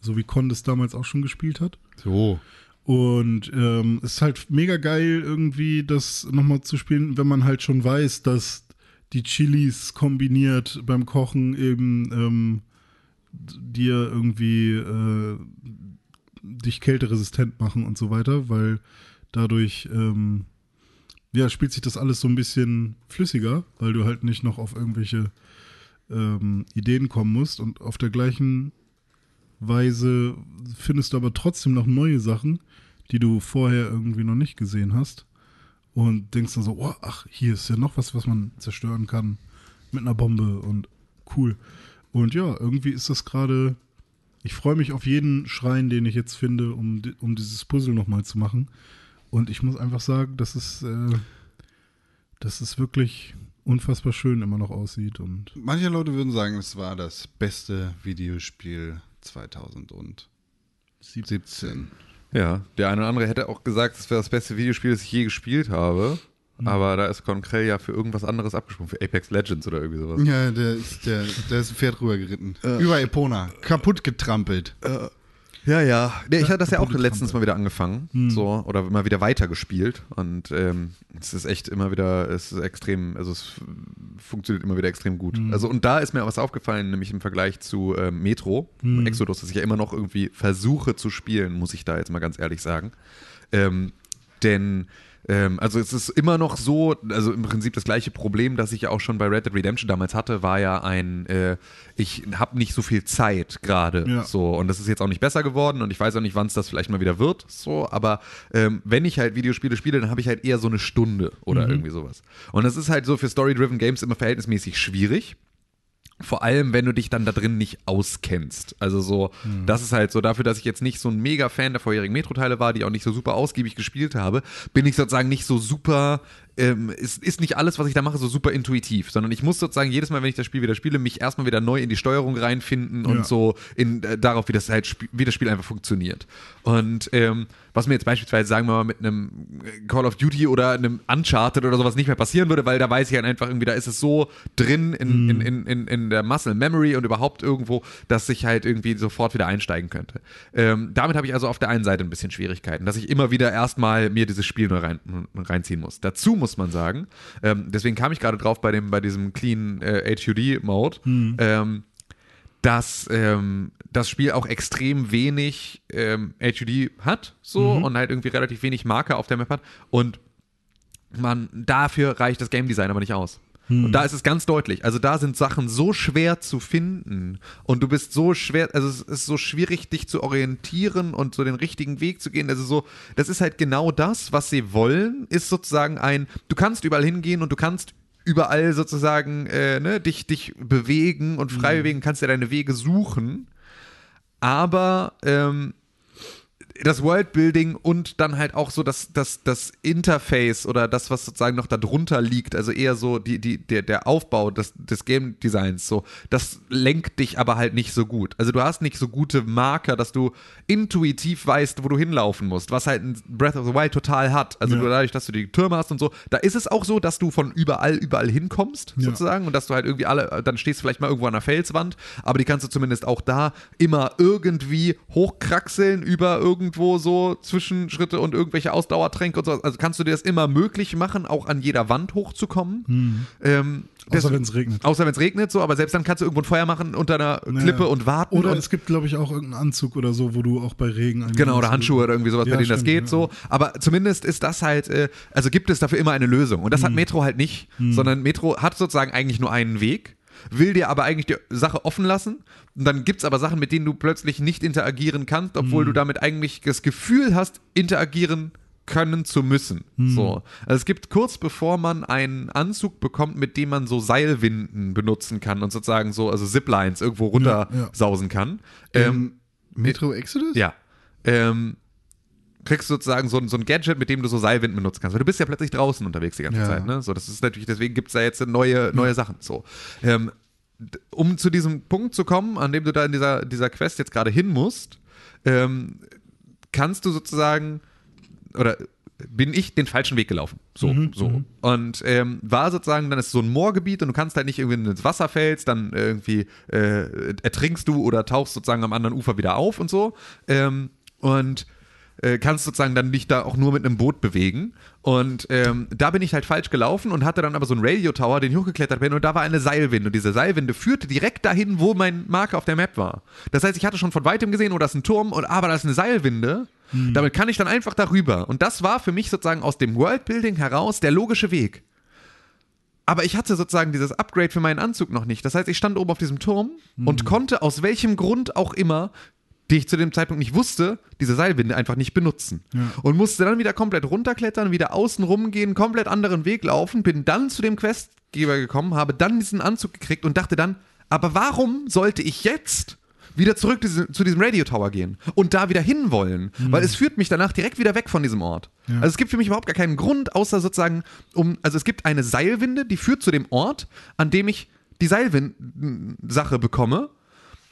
so wie Con das damals auch schon gespielt hat. So. Und ähm, es ist halt mega geil, irgendwie das nochmal zu spielen, wenn man halt schon weiß, dass die Chilis kombiniert beim Kochen eben ähm, dir irgendwie äh, dich kälteresistent machen und so weiter, weil dadurch ähm, ja, spielt sich das alles so ein bisschen flüssiger, weil du halt nicht noch auf irgendwelche ähm, Ideen kommen musst und auf der gleichen Weise findest du aber trotzdem noch neue Sachen, die du vorher irgendwie noch nicht gesehen hast. Und denkst dann so, oh, ach, hier ist ja noch was, was man zerstören kann mit einer Bombe und cool. Und ja, irgendwie ist das gerade. Ich freue mich auf jeden Schrein, den ich jetzt finde, um, di- um dieses Puzzle nochmal zu machen. Und ich muss einfach sagen, dass es, äh, dass es wirklich unfassbar schön immer noch aussieht. Und Manche Leute würden sagen, es war das beste Videospiel 2017. Ja. Der eine oder andere hätte auch gesagt, es wäre das beste Videospiel, das ich je gespielt habe. Hm. Aber da ist Concrell ja für irgendwas anderes abgesprungen, für Apex Legends oder irgendwie sowas. Ja, der ist, der, der ist ein Pferd rübergeritten. Äh. Über Epona. Kaputt getrampelt. Ja, ja. Nee, ich hatte das ja auch letztens mal wieder angefangen. So, oder mal wieder weitergespielt. Und ähm, es ist echt immer wieder, es ist extrem, also es f- funktioniert immer wieder extrem gut. Also, und da ist mir was aufgefallen, nämlich im Vergleich zu ähm, Metro, Exodus, das ich ja immer noch irgendwie versuche zu spielen, muss ich da jetzt mal ganz ehrlich sagen. Ähm, denn ähm, also es ist immer noch so, also im Prinzip das gleiche Problem, das ich ja auch schon bei Red Dead Redemption damals hatte, war ja ein, äh, ich habe nicht so viel Zeit gerade Ja. so und das ist jetzt auch nicht besser geworden und ich weiß auch nicht, wann es das vielleicht mal wieder wird so, aber ähm, wenn ich halt Videospiele spiele, dann habe ich halt eher so eine Stunde oder irgendwie sowas und das ist halt so für Story-Driven Games immer verhältnismäßig schwierig, vor allem, wenn du dich dann da drin nicht auskennst. Also so, das ist halt so, dafür, dass ich jetzt nicht so ein mega Fan der vorherigen Metro-Teile war, die auch nicht so super ausgiebig gespielt habe, bin ich sozusagen nicht so super, ähm, ist, ist nicht alles, was ich da mache, so super intuitiv, sondern ich muss sozusagen jedes Mal, wenn ich das Spiel wieder spiele, mich erstmal wieder neu in die Steuerung reinfinden Ja. und so in, äh, darauf, wie das, halt, sp- wie das Spiel einfach funktioniert. Und ähm, was mir jetzt beispielsweise, sagen wir mal, mit einem Call of Duty oder einem Uncharted oder sowas nicht mehr passieren würde, weil da weiß ich halt einfach irgendwie, da ist es so drin in, in, in, in, in der Muscle Memory und überhaupt irgendwo, dass ich halt irgendwie sofort wieder einsteigen könnte. Ähm, damit habe ich also auf der einen Seite ein bisschen Schwierigkeiten, dass ich immer wieder erstmal mir dieses Spiel neu rein, reinziehen muss. Dazu muss man sagen, ähm, deswegen kam ich gerade drauf bei, dem, bei diesem Clean äh, HUD-Mode, ähm, dass ähm, das Spiel auch extrem wenig ähm, HUD hat, so und halt irgendwie relativ wenig Marker auf der Map hat. Und man, dafür reicht das Game Design aber nicht aus. Und da ist es ganz deutlich. Also da sind Sachen so schwer zu finden und du bist so schwer, also es ist so schwierig, dich zu orientieren und so den richtigen Weg zu gehen. Also so, das ist halt genau das, was sie wollen, ist sozusagen ein, du kannst überall hingehen und du kannst überall sozusagen äh, ne, dich, dich bewegen und frei bewegen, kannst dir deine Wege suchen, aber ähm, das Worldbuilding und dann halt auch so das, das, das Interface oder das, was sozusagen noch darunter liegt, also eher so die, die, der, der Aufbau des, des Game Designs, so, das lenkt dich aber halt nicht so gut. Also du hast nicht so gute Marker, dass du intuitiv weißt, wo du hinlaufen musst, was halt ein Breath of the Wild total hat. Also Ja. du, dadurch, dass du die Türme hast und so, da ist es auch so, dass du von überall, überall hinkommst, Ja. sozusagen, und dass du halt irgendwie alle, dann stehst du vielleicht mal irgendwo an der Felswand, aber die kannst du zumindest auch da immer irgendwie hochkraxeln über irgendwo so Zwischenschritte und irgendwelche Ausdauertränke und so. Also kannst du dir das immer möglich machen, auch an jeder Wand hochzukommen. Ähm, Hm. außer des- wenn es regnet. Außer wenn es regnet, so, aber selbst dann kannst du irgendwo ein Feuer machen unter einer Naja. Klippe und warten. Oder und es gibt, glaube ich, auch irgendeinen Anzug oder so, wo du auch bei Regen einen Genau, oder hast. Handschuhe oder irgendwie sowas, Ja, bei denen das stimmt, geht, ja. so. Aber zumindest ist das halt, äh, also gibt es dafür immer eine Lösung. Und das Hm. hat Metro halt nicht, sondern Metro hat sozusagen eigentlich nur einen Weg, will dir aber eigentlich die Sache offen lassen. Und dann gibt es aber Sachen, mit denen du plötzlich nicht interagieren kannst, obwohl Hm. du damit eigentlich das Gefühl hast, interagieren können zu müssen. Hm. So. Also es gibt kurz bevor man einen Anzug bekommt, mit dem man so Seilwinden benutzen kann und sozusagen so, also Ziplines irgendwo runtersausen ähm, Ähm, Ja, ja. äh, kann. Ähm, Metro Exodus? ja. Ähm, kriegst du sozusagen so ein, so ein Gadget, mit dem du so Seilwind benutzen kannst. Weil du bist ja plötzlich draußen unterwegs die ganze Ja. Zeit. Ne? So, das ist natürlich, deswegen gibt es da jetzt neue, neue Sachen. So. Ähm, d- um zu diesem Punkt zu kommen, an dem du da in dieser, dieser Quest jetzt gerade hin musst, ähm, kannst du sozusagen oder bin ich den falschen Weg gelaufen. So, so. Und ähm, war sozusagen, dann ist so ein Moorgebiet und du kannst halt nicht irgendwie ins Wasser fällst, dann irgendwie äh, ertrinkst du oder tauchst sozusagen am anderen Ufer wieder auf und so. Ähm, und äh, kannst sozusagen dann dich da auch nur mit einem Boot bewegen. Und ähm, da bin ich halt falsch gelaufen und hatte dann aber so einen Radio Tower, den ich hochgeklettert bin und da war eine Seilwinde. Und diese Seilwinde führte direkt dahin, wo mein Marker auf der Map war. Das heißt, ich hatte schon von weitem gesehen, oh, das ist ein Turm, und aber da ist eine Seilwinde. Damit kann ich dann einfach darüber. Und das war für mich sozusagen aus dem Worldbuilding heraus der logische Weg. Aber ich hatte sozusagen dieses Upgrade für meinen Anzug noch nicht. Das heißt, ich stand oben auf diesem Turm und konnte aus welchem Grund auch immer, die ich zu dem Zeitpunkt nicht wusste, diese Seilwinde einfach nicht benutzen. Und musste dann wieder komplett runterklettern, wieder außen rumgehen, komplett anderen Weg laufen, bin dann zu dem Questgeber gekommen, habe dann diesen Anzug gekriegt und dachte dann, aber warum sollte ich jetzt wieder zurück diese- zu diesem Radio Tower gehen und da wieder hinwollen, weil es führt mich danach direkt wieder weg von diesem Ort. Also es gibt für mich überhaupt gar keinen Grund, außer sozusagen, um, also es gibt eine Seilwinde, die führt zu dem Ort, an dem ich die Seilwinden-Sache bekomme.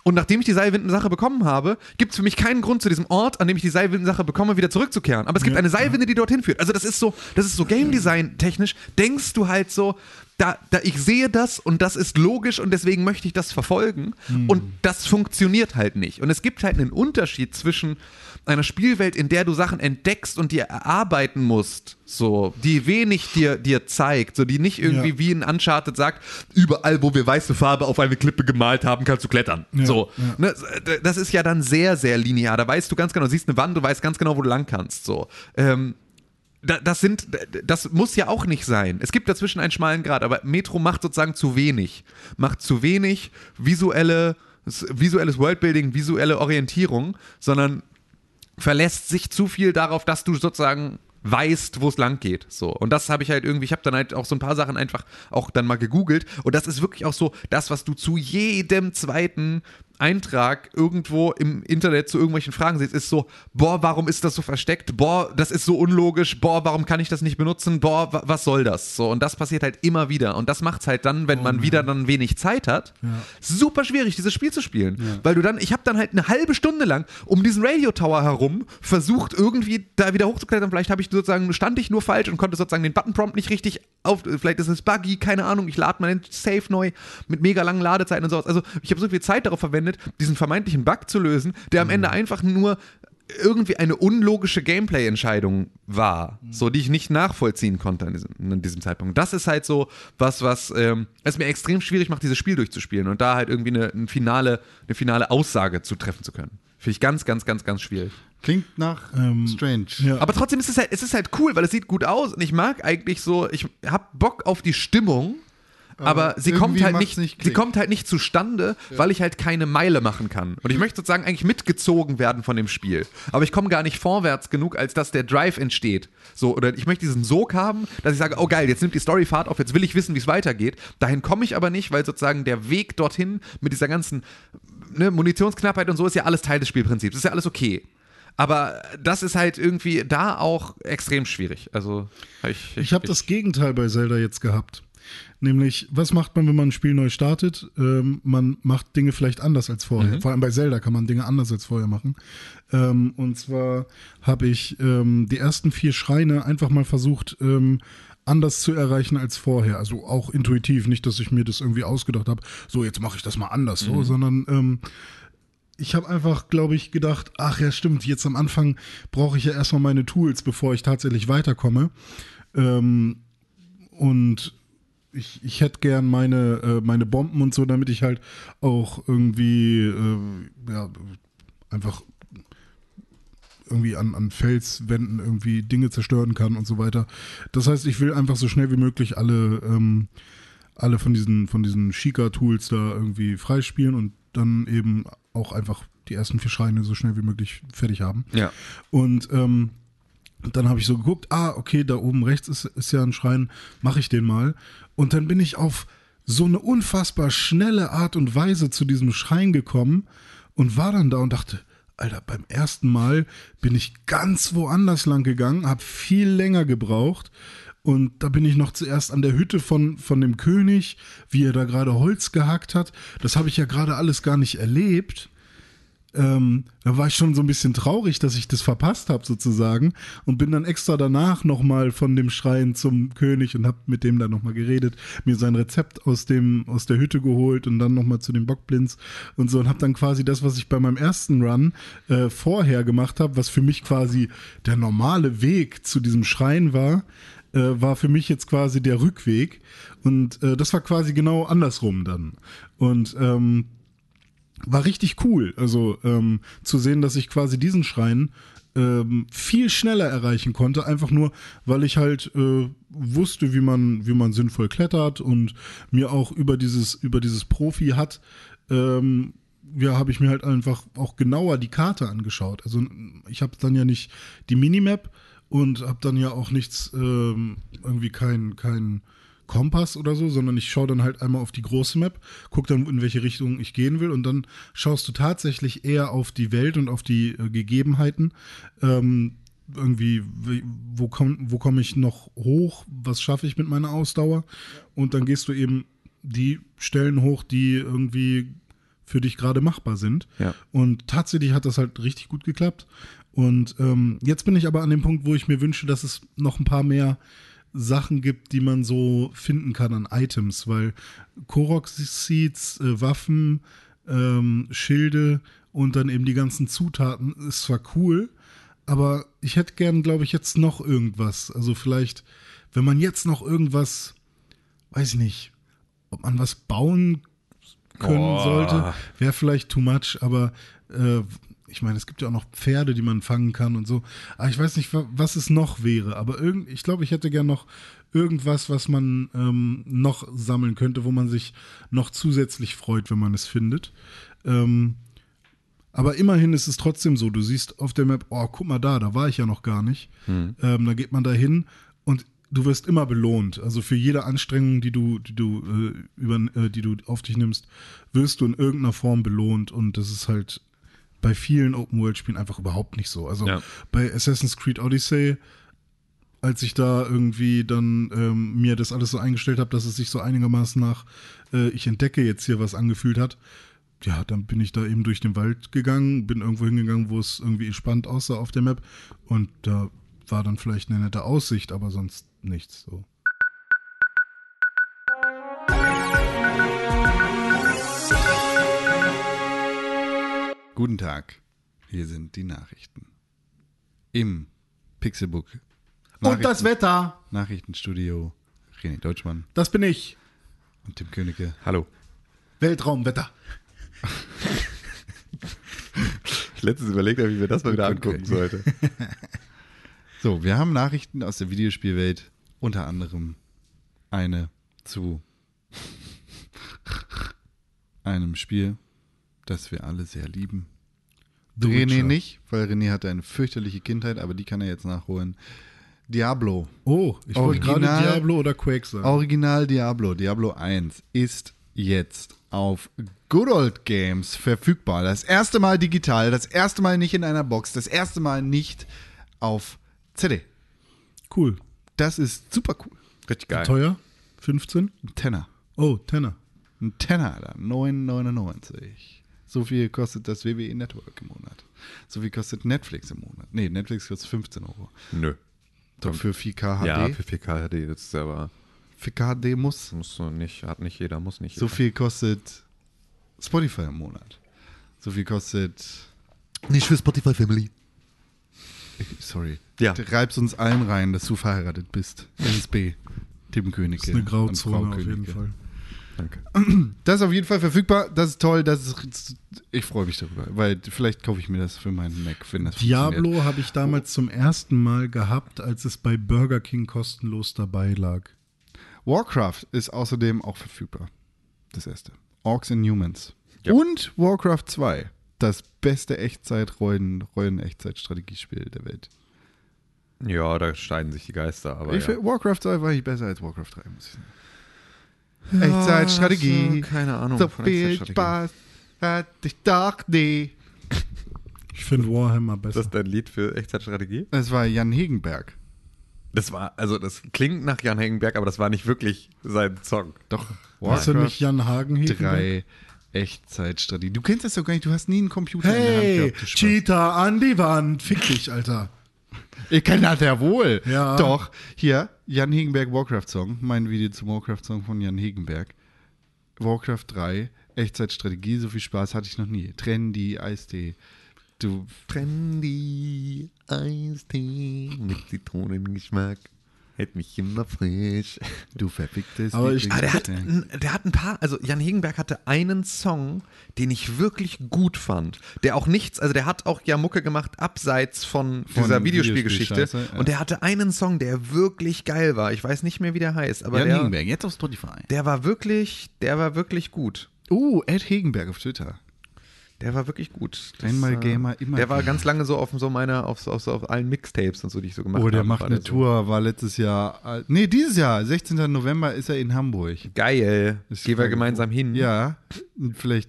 Und nachdem ich die Seilwinden-Sache bekommen habe, gibt es für mich keinen Grund zu diesem Ort, an dem ich die Seilwinden-Sache bekomme, wieder zurückzukehren. Aber es gibt eine Seilwinde, die dorthin führt. Also das ist so, das ist so Game Design technisch. Denkst du halt so, da, da ich sehe das und das ist logisch und deswegen möchte ich das verfolgen. Und das funktioniert halt nicht. Und es gibt halt einen Unterschied zwischen einer Spielwelt, in der du Sachen entdeckst und dir erarbeiten musst, so, die wenig dir, dir zeigt, so die nicht irgendwie Ja. wie in Uncharted sagt, überall, wo wir weiße Farbe auf eine Klippe gemalt haben, kannst du klettern. so. Ne, das ist ja dann sehr, sehr linear. Da weißt du ganz genau, siehst eine Wand, du weißt ganz genau, wo du lang kannst. So. Ähm, da, das sind, das muss ja auch nicht sein. Es gibt dazwischen einen schmalen Grad, aber Metro macht sozusagen zu wenig. Macht zu wenig visuelle, visuelles Worldbuilding, visuelle Orientierung, sondern verlässt sich zu viel darauf, dass du sozusagen weißt, wo es lang geht. So. Und das habe ich halt irgendwie, ich habe dann halt auch so ein paar Sachen einfach auch dann mal gegoogelt. Und das ist wirklich auch so das, was du zu jedem zweiten Eintrag irgendwo im Internet zu irgendwelchen Fragen siehst, ist so, boah, warum ist das so versteckt? Boah, das ist so unlogisch. Boah, warum kann ich das nicht benutzen? Boah, wa was soll das? So. Und das passiert halt immer wieder. Und das macht's halt dann, wenn man wieder dann wenig Zeit hat, super schwierig, dieses Spiel zu spielen. Weil du dann, ich habe dann halt eine halbe Stunde lang um diesen Radio Tower herum versucht, irgendwie da wieder hochzuklettern. Vielleicht habe ich sozusagen, stand ich nur falsch und konnte sozusagen den Button-Prompt nicht richtig auf. Vielleicht ist es buggy, keine Ahnung. Ich lade meinen Safe neu mit mega langen Ladezeiten und sowas. Also ich habe so viel Zeit darauf verwendet, diesen vermeintlichen Bug zu lösen, der am Ende einfach nur irgendwie eine unlogische Gameplay-Entscheidung war, so die ich nicht nachvollziehen konnte an diesem, an diesem Zeitpunkt. Das ist halt so was, was ähm, es mir extrem schwierig macht, dieses Spiel durchzuspielen und da halt irgendwie eine, eine, finale, eine finale Aussage zu treffen zu können. Finde ich ganz, ganz, ganz, ganz schwierig. Klingt nach Ähm, Strange. Ja. Aber trotzdem ist es halt, es ist halt cool, weil es sieht gut aus und ich mag eigentlich so, ich hab Bock auf die Stimmung, aber, sie kommt irgendwie halt macht's nicht, nicht sie Klick. kommt halt nicht zustande, weil ich halt keine Meile machen kann. Und ich möchte sozusagen eigentlich mitgezogen werden von dem Spiel, aber ich komme gar nicht vorwärts genug, als dass der Drive entsteht. So oder ich möchte diesen Sog haben, dass ich sage, oh geil, jetzt nimmt die Story Fahrt auf, jetzt will ich wissen, wie es weitergeht. Dahin komme ich aber nicht, weil sozusagen der Weg dorthin mit dieser ganzen ne, Munitionsknappheit und so ist ja alles Teil des Spielprinzips. Ist ja alles okay. Aber das ist halt irgendwie da auch extrem schwierig. Also ich, Ich habe das Gegenteil bei Zelda jetzt gehabt. Nämlich, was macht man, wenn man ein Spiel neu startet? Ähm, man macht Dinge vielleicht anders als vorher. Vor allem bei Zelda kann man Dinge anders als vorher machen. Ähm, und zwar habe ich ähm, die ersten vier Schreine einfach mal versucht, ähm, anders zu erreichen als vorher. Also auch intuitiv, nicht, dass ich mir das irgendwie ausgedacht habe, so jetzt mache ich das mal anders, so, sondern ähm, ich habe einfach, glaube ich, gedacht, ach ja, stimmt, jetzt am Anfang brauche ich ja erstmal meine Tools, bevor ich tatsächlich weiterkomme. Ähm, und ich, ich hätte gern meine, äh, meine Bomben und so, damit ich halt auch irgendwie äh, ja, einfach irgendwie an, an Felswänden irgendwie Dinge zerstören kann und so weiter. Das heißt, ich will einfach so schnell wie möglich alle, ähm, alle von diesen, von diesen Shika-Tools da irgendwie freispielen und dann eben auch einfach die ersten vier Schreine so schnell wie möglich fertig haben. Ja. Und ähm, dann habe ich so geguckt, ah, okay, da oben rechts ist, ist ja ein Schrein, mache ich den mal. Und dann bin ich auf so eine unfassbar schnelle Art und Weise zu diesem Schrein gekommen und war dann da und dachte, Alter, beim ersten Mal bin ich ganz woanders lang gegangen, habe viel länger gebraucht. Und da bin ich noch zuerst an der Hütte von, von dem König, wie er da gerade Holz gehackt hat. Das habe ich ja gerade alles gar nicht erlebt. Ähm, da war ich schon so ein bisschen traurig, dass ich das verpasst habe sozusagen und bin dann extra danach nochmal von dem Schrein zum König und habe mit dem dann nochmal geredet, mir sein Rezept aus, dem, aus der Hütte geholt und dann nochmal zu den Bockblins und so und habe dann quasi das, was ich bei meinem ersten Run äh, vorher gemacht habe, was für mich quasi der normale Weg zu diesem Schrein war, äh, war für mich jetzt quasi der Rückweg und äh, das war quasi genau andersrum dann und ähm, war richtig cool. Also ähm, zu sehen, dass ich quasi diesen Schrein ähm, viel schneller erreichen konnte, einfach nur, weil ich halt äh, wusste, wie man, wie man sinnvoll klettert und mir auch über dieses, über dieses Profi hat, ähm, ja, habe ich mir halt einfach auch genauer die Karte angeschaut. Also ich habe dann ja nicht die Minimap und habe dann ja auch nichts, ähm, irgendwie kein, kein, Kompass oder so, sondern ich schaue dann halt einmal auf die große Map, gucke dann, in welche Richtung ich gehen will und dann schaust du tatsächlich eher auf die Welt und auf die äh, Gegebenheiten. Ähm, irgendwie, wie- wo komme wo komm ich noch hoch, was schaffe ich mit meiner Ausdauer und dann gehst du eben die Stellen hoch, die irgendwie für dich gerade machbar sind. Ja. Und tatsächlich hat das halt richtig gut geklappt. Und ähm, jetzt bin ich aber an dem Punkt, wo ich mir wünsche, dass es noch ein paar mehr Sachen gibt, die man so finden kann an Items, weil Korok Seeds, äh, Waffen, ähm, Schilde und dann eben die ganzen Zutaten ist zwar cool, aber ich hätte gern, glaube ich, jetzt noch irgendwas. Also vielleicht, wenn man jetzt noch irgendwas, weiß ich nicht, ob man was bauen können Boah. sollte, wäre vielleicht too much, aber äh, ich meine, es gibt ja auch noch Pferde, die man fangen kann und so. Aber ich weiß nicht, wa- was es noch wäre, aber irgend, ich glaube, ich hätte gern noch irgendwas, was man ähm, noch sammeln könnte, wo man sich noch zusätzlich freut, wenn man es findet. Ähm, aber immerhin ist es trotzdem so, du siehst auf der Map, oh, guck mal da, da war ich ja noch gar nicht. Ähm, da geht man da hin und du wirst immer belohnt. Also für jede Anstrengung, die du, die du, äh, über, äh, die du auf dich nimmst, wirst du in irgendeiner Form belohnt und das ist halt bei vielen Open-World-Spielen einfach überhaupt nicht so. Also Ja. bei Assassin's Creed Odyssey, als ich da irgendwie dann ähm, mir das alles so eingestellt habe, dass es sich so einigermaßen nach äh, ich entdecke jetzt hier was angefühlt hat, ja, dann bin ich da eben durch den Wald gegangen, bin irgendwo hingegangen, wo es irgendwie spannend aussah auf der Map und da war dann vielleicht eine nette Aussicht, aber sonst nichts so. Guten Tag. Hier sind die Nachrichten. Im Pixelbook. Und das Wetter, Nachrichtenstudio René Deutschmann das bin ich. und Tim Königke. Hallo. Weltraumwetter. Ich letztens überlegt habe, wie wir das mal wieder angucken sollten. So, wir haben Nachrichten aus der Videospielwelt, unter anderem eine zu einem Spiel, das wir alle sehr lieben. The René Witcher. nicht, weil René hatte eine fürchterliche Kindheit, aber die kann er jetzt nachholen. Diablo. Oh, ich wollte gerade Original- Diablo oder Quake sagen. Original Diablo, Diablo 1 ist jetzt auf Good Old Games verfügbar. Das erste Mal digital, das erste Mal nicht in einer Box, das erste Mal nicht auf CD. Cool. Das ist super cool. Richtig geil. Teuer? 15? Ein Tenner. Oh, Tenner. Ein Tenner da. 9,99. So viel kostet das WWE Network im Monat. So viel kostet Netflix im Monat. Nee, Netflix kostet 15 Euro. Nö. Doch für 4K HD. Ja, für 4K HD, das ist aber. für KD muss. Muss so nicht, hat nicht jeder, muss nicht So jeder. viel kostet Spotify im Monat. So viel kostet. Nicht für Spotify Family. Sorry. Ja. Du reibst uns allen rein, dass du verheiratet bist. NSB. Tim König. Ist eine Grauzone auf jeden Fall. Danke. Das ist auf jeden Fall verfügbar. Das ist toll. Das ist, ich freue mich darüber, weil vielleicht kaufe ich mir das für meinen Mac, wenn das funktioniert. Diablo habe ich damals zum ersten Mal gehabt, als es bei Burger King kostenlos dabei lag. Warcraft ist außerdem auch verfügbar. Das erste. Orcs and Humans. Ja. Und Warcraft 2. Das beste Echtzeit-Rollen-Echtzeit-Strategiespiel der Welt. Ja, da scheiden sich die Geister, aber. ich, ja. find, Warcraft 2 war ich besser als Warcraft 3, muss ich sagen. Echtzeitstrategie. also, Hm, keine Ahnung. So von viel Echtzeitstrategie. Spaß hatte ich doch nie. Ich finde Warhammer Das besser. ist dein Lied für Echtzeitstrategie? Es war Jan Hegenberg. Das war, also das klingt nach Jan Hengenberg, aber das war nicht wirklich sein Song. Doch. Hast du nicht Jan Hagen hier? drei Echtzeitstrategie. Du kennst das doch gar nicht. Du hast nie einen Computer in der Hey, Hand gehabt. du Spaß. Cheetah an die Wand. Fick dich, Alter. Ich kenne das ja wohl. Ja. Doch. Hier, Jan Hegenberg Warcraft Song. Mein Video zum Warcraft Song von Jan Hegenberg. Warcraft 3, Echtzeitstrategie. So viel Spaß hatte ich noch nie. Trendy, Eistee. Du. Trendy Eistee mit Zitronengeschmack. Hält mich immer frisch. Du verficktes. Aber ich- Ah, der, hat, Lieblingsding. n- der hat ein paar, also Jan Hegenberg hatte einen Song, den ich wirklich gut fand. Der auch nichts, also der hat auch ja Mucke gemacht, abseits von, Von dieser Videospielgeschichte. Videospielscheiße, ja. Und der hatte einen Song, der wirklich geil war. Ich weiß nicht mehr, wie der heißt, aber Jan der, Hegenberg, jetzt auf Spotify. der war wirklich, der war wirklich gut. Oh, Ed Hegenberg auf Twitter. Der war wirklich gut. Einmal Gamer, immer Der war Gamer. ganz lange so auf so meiner, auf, so- auf, so- auf allen Mixtapes und so, die ich so gemacht habe. Oh, der macht war eine so. Tour, war letztes Jahr. äh, Nee, dieses Jahr, 16. November ist er in Hamburg. Geil. Ist Gehen wir voll gemeinsam hin. Mhm. Ja, und vielleicht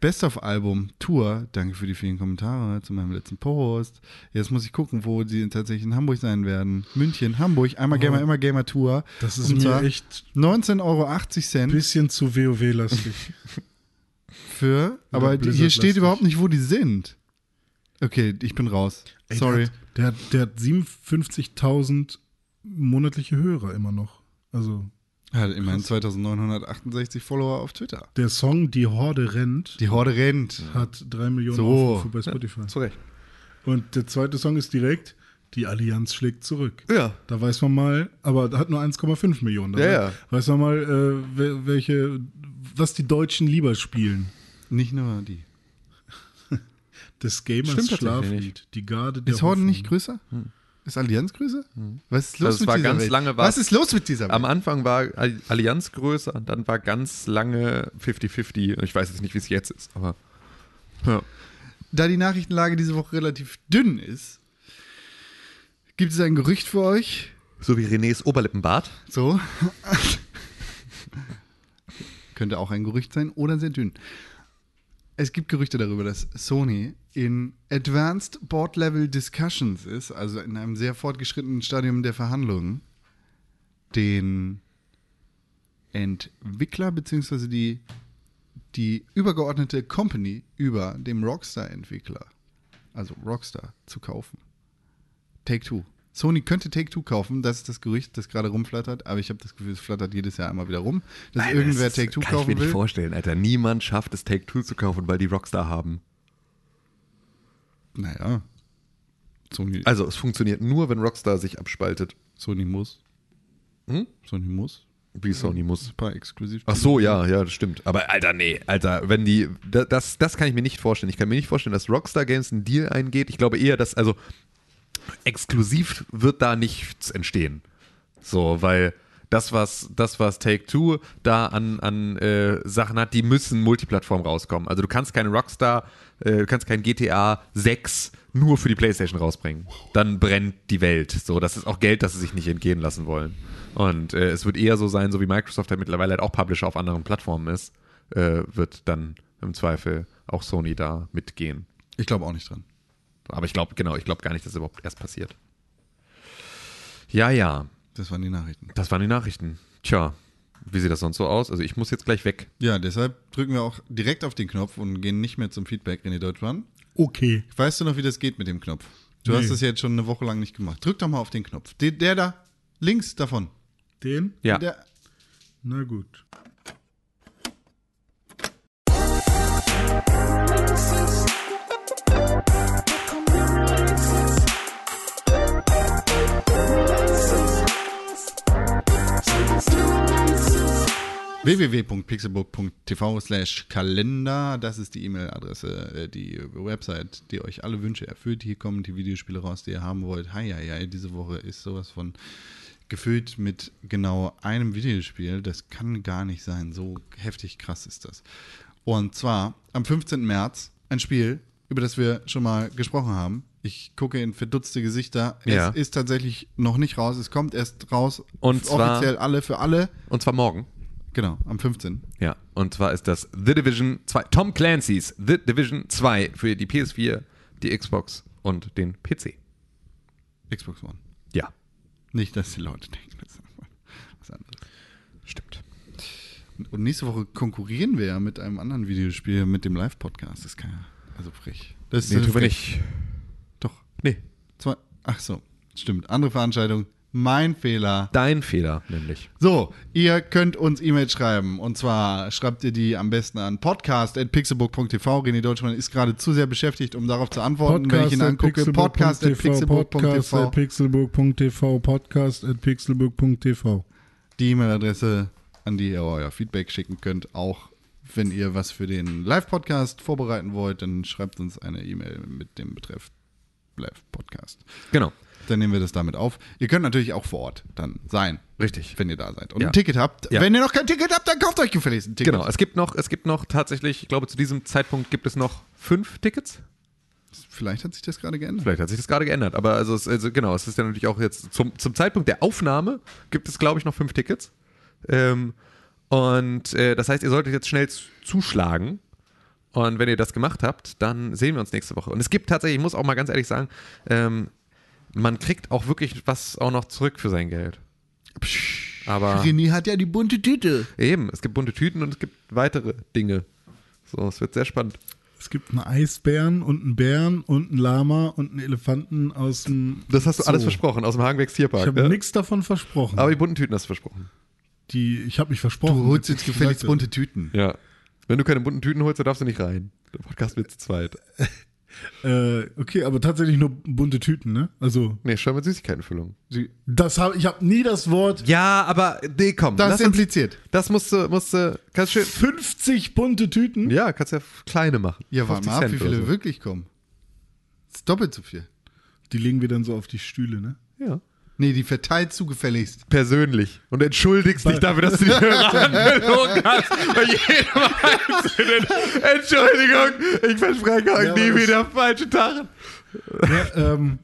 Best of Album Tour. Danke für die vielen Kommentare zu meinem letzten Post. Jetzt muss ich gucken, wo sie tatsächlich in Hamburg sein werden. München, Hamburg, einmal Gamer, immer Gamer Tour. Oh. Das ist Und mir zwar echt 19,80 Euro bisschen zu WoW-lastig. für, aber die- Blizzard hier steht lässt überhaupt nicht, wo die sind. Okay, ich bin raus. Sorry. Der hat, der hat 57.000 monatliche Hörer immer noch. Also Er hat immerhin 2968 Follower auf Twitter. der Song Die Horde rennt Die Horde rennt. hat 3 Millionen So. Aufrufe bei Spotify. Zu Recht. Und der zweite Song ist direkt Die Allianz schlägt zurück. Ja. Da weiß man mal, aber da hat nur 1,5 Millionen. Da Ja, ja. Weiß man mal, äh, wel- welche, was die Deutschen lieber spielen. Nicht nur die. Das Gamers Stimmt tatsächlich Schlaflied, die Garde der Ist Horden Hoffnung. nicht größer? Ist Allianz größer? Was ist los Das mit war dieser ganz Welt? lange war- Was ist los mit dieser Am Welt? Anfang war Al- Allianz größer und dann war ganz lange 50-50. Ich weiß jetzt nicht, wie es jetzt ist, aber. Ja. Da die Nachrichtenlage diese Woche relativ dünn ist, gibt es ein Gerücht für euch? So wie Renés Oberlippenbart. So. Könnte auch ein Gerücht sein oder sehr dünn. Es gibt Gerüchte darüber, dass Sony in Advanced Board Level Discussions ist, also in einem sehr fortgeschrittenen Stadium der Verhandlungen, den Entwickler bzw. Die, die übergeordnete Company über dem Rockstar-Entwickler, also Rockstar, zu kaufen. Take-Two. Sony könnte Take-Two kaufen, das ist das Gerücht, das gerade rumflattert, aber ich habe das Gefühl, es flattert jedes Jahr einmal wieder rum, dass irgendwer Take-Two Kann ich mir kaufen nicht will. vorstellen, Alter. Niemand schafft es, Take-Two zu kaufen, weil die Rockstar haben. Naja. Sony, Also, es funktioniert nur, wenn Rockstar sich abspaltet. Sony muss. Hm? Sony muss. Wie Sony muss. Ein paar exklusiv. Ach so, ja, ja, das stimmt. Aber Alter, nee, Alter, wenn die, da- das, das kann ich mir nicht vorstellen. Ich kann mir nicht vorstellen, dass Rockstar Games einen Deal eingeht. Ich glaube eher, dass, also exklusiv wird da nichts entstehen. So, weil das, was, das, was Take-Two da an, an äh, Sachen hat, die müssen Multiplattform rauskommen. Also du kannst keine Rockstar, äh, du kannst kein GTA 6 nur für die Playstation rausbringen. Dann brennt die Welt. So, das ist auch Geld, das sie sich nicht entgehen lassen wollen. Und äh, es wird eher so sein, so wie Microsoft halt mittlerweile halt auch Publisher auf anderen Plattformen ist, äh, wird dann im Zweifel auch Sony da mitgehen. Ich glaube auch nicht dran. Aber ich glaube, genau, ich glaube gar nicht, dass das überhaupt erst passiert. Ja, ja, Das waren die Nachrichten. das waren die Nachrichten. Tja, wie sieht das sonst so aus? Also ich muss jetzt gleich weg. Ja, deshalb drücken wir auch direkt auf den Knopf und gehen nicht mehr zum Feedback, René Deutschmann. Okay. Weißt du noch, wie das geht mit dem Knopf? Du Nee. hast das jetzt schon eine Woche lang nicht gemacht. Drück doch mal auf den Knopf. Der, der da, links davon. Den? Ja. Der, Na gut. www.pixelburg.tv slash Kalender, das ist die E-Mail-Adresse, äh, die Website, die euch alle Wünsche erfüllt. Hier kommen die Videospiele raus, die ihr haben wollt. Hi, hi, hi, diese Woche ist sowas von gefüllt mit genau einem Videospiel. Das kann gar nicht sein, so heftig krass ist das. Und zwar am 15. März ein Spiel, über das wir schon mal gesprochen haben. Ich gucke in verdutzte Gesichter. Ja. Es ist tatsächlich noch nicht raus. Es kommt erst raus. Und zwar- offiziell alle für alle. Und zwar morgen. Genau, am 15. Ja, und zwar ist das The Division 2, Tom Clancy's The Division 2 für die PS4, die Xbox und den PC. Xbox One. Ja, Nicht, dass die Leute denken, das ist was anderes. stimmt. Und nächste Woche konkurrieren wir ja mit einem anderen Videospiel, mit dem Live-Podcast. Das kann ja, also frech. Das Nee, äh, tun wir frech. nicht. Doch. Nee, Zwei, ach so, stimmt. Andere Veranstaltung. Mein Fehler. dein Fehler nämlich. So, ihr könnt uns E-Mail schreiben. Und zwar schreibt ihr die am besten an podcast.pixelburg.tv. René Deutschmann ist gerade zu sehr beschäftigt, um darauf zu antworten, wenn ich ihn angucke. Podcast.pixelburg.tv. Podcast.pixelburg.tv. Podcast.pixelburg.tv. Die E-Mail-Adresse, an die ihr euer Feedback schicken könnt. Auch wenn ihr was für den Live-Podcast vorbereiten wollt, dann schreibt uns eine E-Mail mit dem Betreff Live-Podcast. Genau, Dann nehmen wir das damit auf. Ihr könnt natürlich auch vor Ort dann sein. richtig. wenn ihr da seid und Ja. ein Ticket habt. Ja. Wenn ihr noch kein Ticket habt, dann kauft euch gefälligst ein Ticket. Genau, es gibt noch, es gibt noch tatsächlich, ich glaube zu diesem Zeitpunkt gibt es noch fünf Tickets. Vielleicht hat sich das gerade geändert. Vielleicht hat sich das gerade geändert, aber also, es, also genau, es ist ja natürlich auch jetzt zum, zum Zeitpunkt der Aufnahme gibt es, glaube ich, noch fünf Tickets. Ähm, und äh, das heißt, ihr solltet jetzt schnell z- zuschlagen. Und wenn ihr das gemacht habt, dann sehen wir uns nächste Woche. Und es gibt tatsächlich, ich muss auch mal ganz ehrlich sagen, ähm, man kriegt auch wirklich was auch noch zurück für sein Geld. Aber René hat ja die bunte Tüte. eben, es gibt bunte Tüten und es gibt weitere Dinge. So, es wird sehr spannend. Es gibt einen Eisbären und einen Bären und einen Lama und einen Elefanten aus dem. Das hast du Zoo. alles versprochen aus dem Hagenbecks Tierpark. Ich habe ne? nichts davon versprochen. Aber die bunten Tüten hast du versprochen. die, ich habe mich versprochen. Du holst jetzt gefälligst Ich bunte Tüten. Ja. Wenn du keine bunten Tüten holst, dann darfst du nicht rein. Der Podcast wird zu zweit. Äh, okay, aber tatsächlich nur bunte Tüten, ne? Also, Nee, schau mal Süßigkeitenfüllung. das hab, ich habe nie das Wort Ja, aber nee, komm. Das lass uns- impliziert. Das musst du, musst du, kannst schön. 50 bunte Tüten. Ja, kannst ja kleine machen. Ja, warte 50 mal ab, Cent wie viele oder so. wirklich kommen. Das ist doppelt so viel. Die legen wir dann so auf die Stühle, ne? Ja. Nee, die verteilt zugefälligst. Persönlich. Und entschuldigst dich dafür, dass du die Höreranmeldung hast. Bei jedem einzelnen. Entschuldigung, ich verspreche euch Ja, nie aber das- wieder falsche Tachen. Ja, ähm,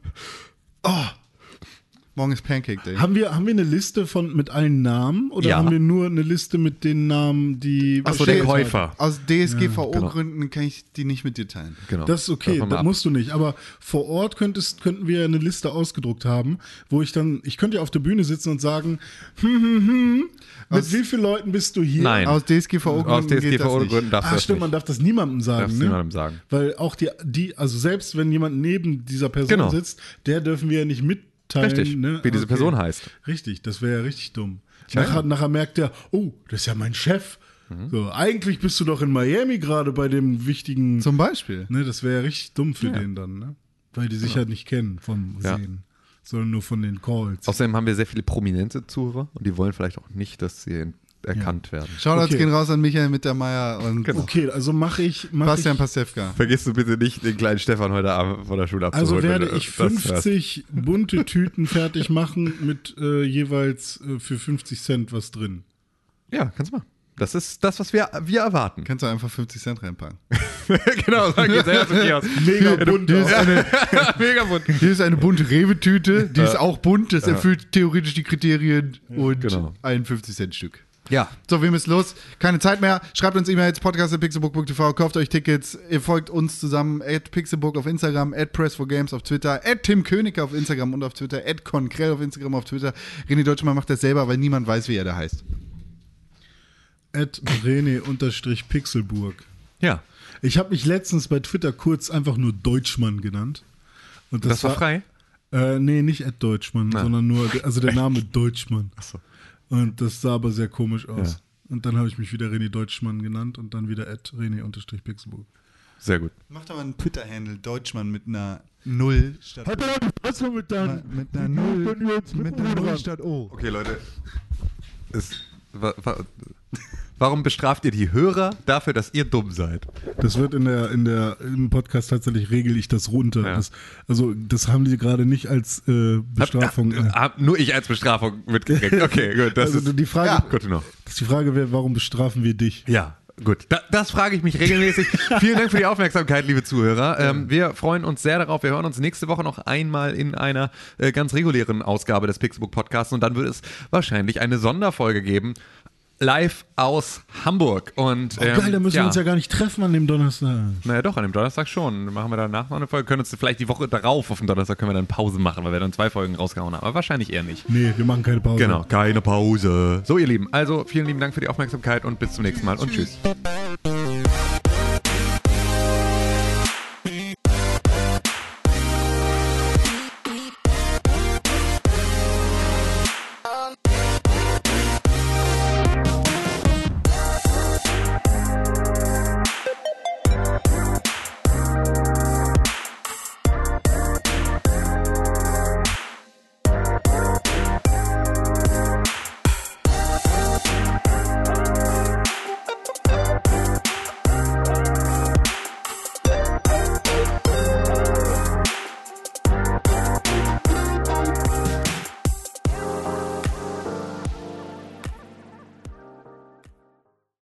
Morgen ist Pancake Day. haben, wir, haben wir eine Liste von mit allen Namen oder Ja. haben wir nur eine Liste mit den Namen, die. Ach so, der Käufer. halt. Aus DSGVO-Gründen kann ich die nicht mit dir teilen. Genau. Das ist okay, Davon mal das ab. musst du nicht. Aber vor Ort könntest, könnten wir eine Liste ausgedruckt haben, wo ich dann, ich könnte ja auf der Bühne sitzen und sagen, hm, hm, hm, mit wie vielen Leuten bist du hier? Nein. Aus DSGVO-Gründen Aus geht das nicht. Ah, DSGVO-Gründen darfst du das Ach Ah, stimmt, man nicht. darf das niemandem sagen. Darfst ne? niemandem sagen. Weil auch die, die, also selbst wenn jemand neben dieser Person Genau. sitzt, der dürfen wir ja nicht mitteilen. Richtig, ne? wie diese Person heißt. Richtig, das wäre ja richtig dumm. Nachher, nachher merkt er, oh, das ist ja mein Chef. Mhm. So, eigentlich bist du doch in Miami gerade bei dem wichtigen. Zum Beispiel. Ne, das wäre ja richtig dumm für den dann, ne? Weil die sich halt nicht kennen vom Genau. Ja. Sehen, sondern nur von den Calls. Außerdem haben wir sehr viele prominente Zuhörer und die wollen vielleicht auch nicht, dass sie erkannt werden. Shoutouts Okay. gehen raus an Michael Mittermeier und Genau. Okay, also mache ich. Mach Bastian ich, Pastewka. Vergiss du bitte nicht, den kleinen Stefan heute Abend von der Schule abzuholen. Also werde wenn du ich das hörst. 50 bunte Tüten fertig machen mit äh, jeweils äh, für 50 Cent was drin. Ja, kannst du machen. Das ist das, was wir, wir erwarten. Kannst du einfach 50 Cent reinpacken. genau, sag ich selber zum Kiosk. Mega bunt. Hier ist eine, Mega bunt. hier ist eine bunte Rewe-Tüte, die ist auch bunt, das erfüllt theoretisch die Kriterien und Genau. ein 50-Cent-Stück. Ja. So, wir müssen los. Keine Zeit mehr. Schreibt uns E-Mails, podcast.pixelbook.tv, kauft euch Tickets. Ihr folgt uns zusammen at pixelbook auf Instagram, at press4games auf Twitter, at Tim König auf Instagram und auf Twitter, at Konkrell auf Instagram auf Twitter. René Deutschmann macht das selber, weil niemand weiß, wie er da heißt. At René-Pixelburg. Ja. Ich habe mich letztens bei Twitter kurz einfach nur Deutschmann genannt. Und das, Das, war frei. Äh, nee, nicht Ed Deutschmann, sondern nur, also der Name Deutschmann. Achso. Und das sah aber sehr komisch aus. Und dann habe ich mich wieder René Deutschmann genannt und dann wieder Ed René-Pixelburg. Sehr gut. Macht aber einen Twitter-Handle, Deutschmann mit einer Null statt Mit einer Null, mit einer Null statt O. Okay, Leute. Es, wa, wa, warum bestraft ihr die Hörer dafür, dass ihr dumm seid? Das wird in der, in der, im Podcast tatsächlich regel ich das runter. Ja. Das, also, das haben die gerade nicht als äh, Bestrafung. Hab, äh, hab nur ich als Bestrafung mitgekriegt. Okay, gut. Das also ist, die Frage, ja. Gut noch. dass die Frage wäre, warum bestrafen wir dich? Ja, gut. Da, das frage ich mich regelmäßig. Vielen Dank für die Aufmerksamkeit, liebe Zuhörer. Ähm, wir freuen uns sehr darauf. Wir hören uns nächste Woche noch einmal in einer äh, ganz regulären Ausgabe des Pixelbook Podcasts und dann wird es wahrscheinlich eine Sonderfolge geben. live aus Hamburg. Und, ähm, Oh, geil, da müssen wir uns ja gar nicht treffen an dem Donnerstag. Naja, doch, an dem Donnerstag schon. Dann Machen wir danach noch eine Folge. Können uns vielleicht die Woche darauf, auf dem Donnerstag, können wir dann Pause machen, weil wir dann zwei Folgen rausgehauen haben. Aber wahrscheinlich eher nicht. Nee, wir machen keine Pause. Genau, keine Pause. So, ihr Lieben, also vielen lieben Dank für die Aufmerksamkeit und bis zum nächsten Mal und tschüss. Tschüss.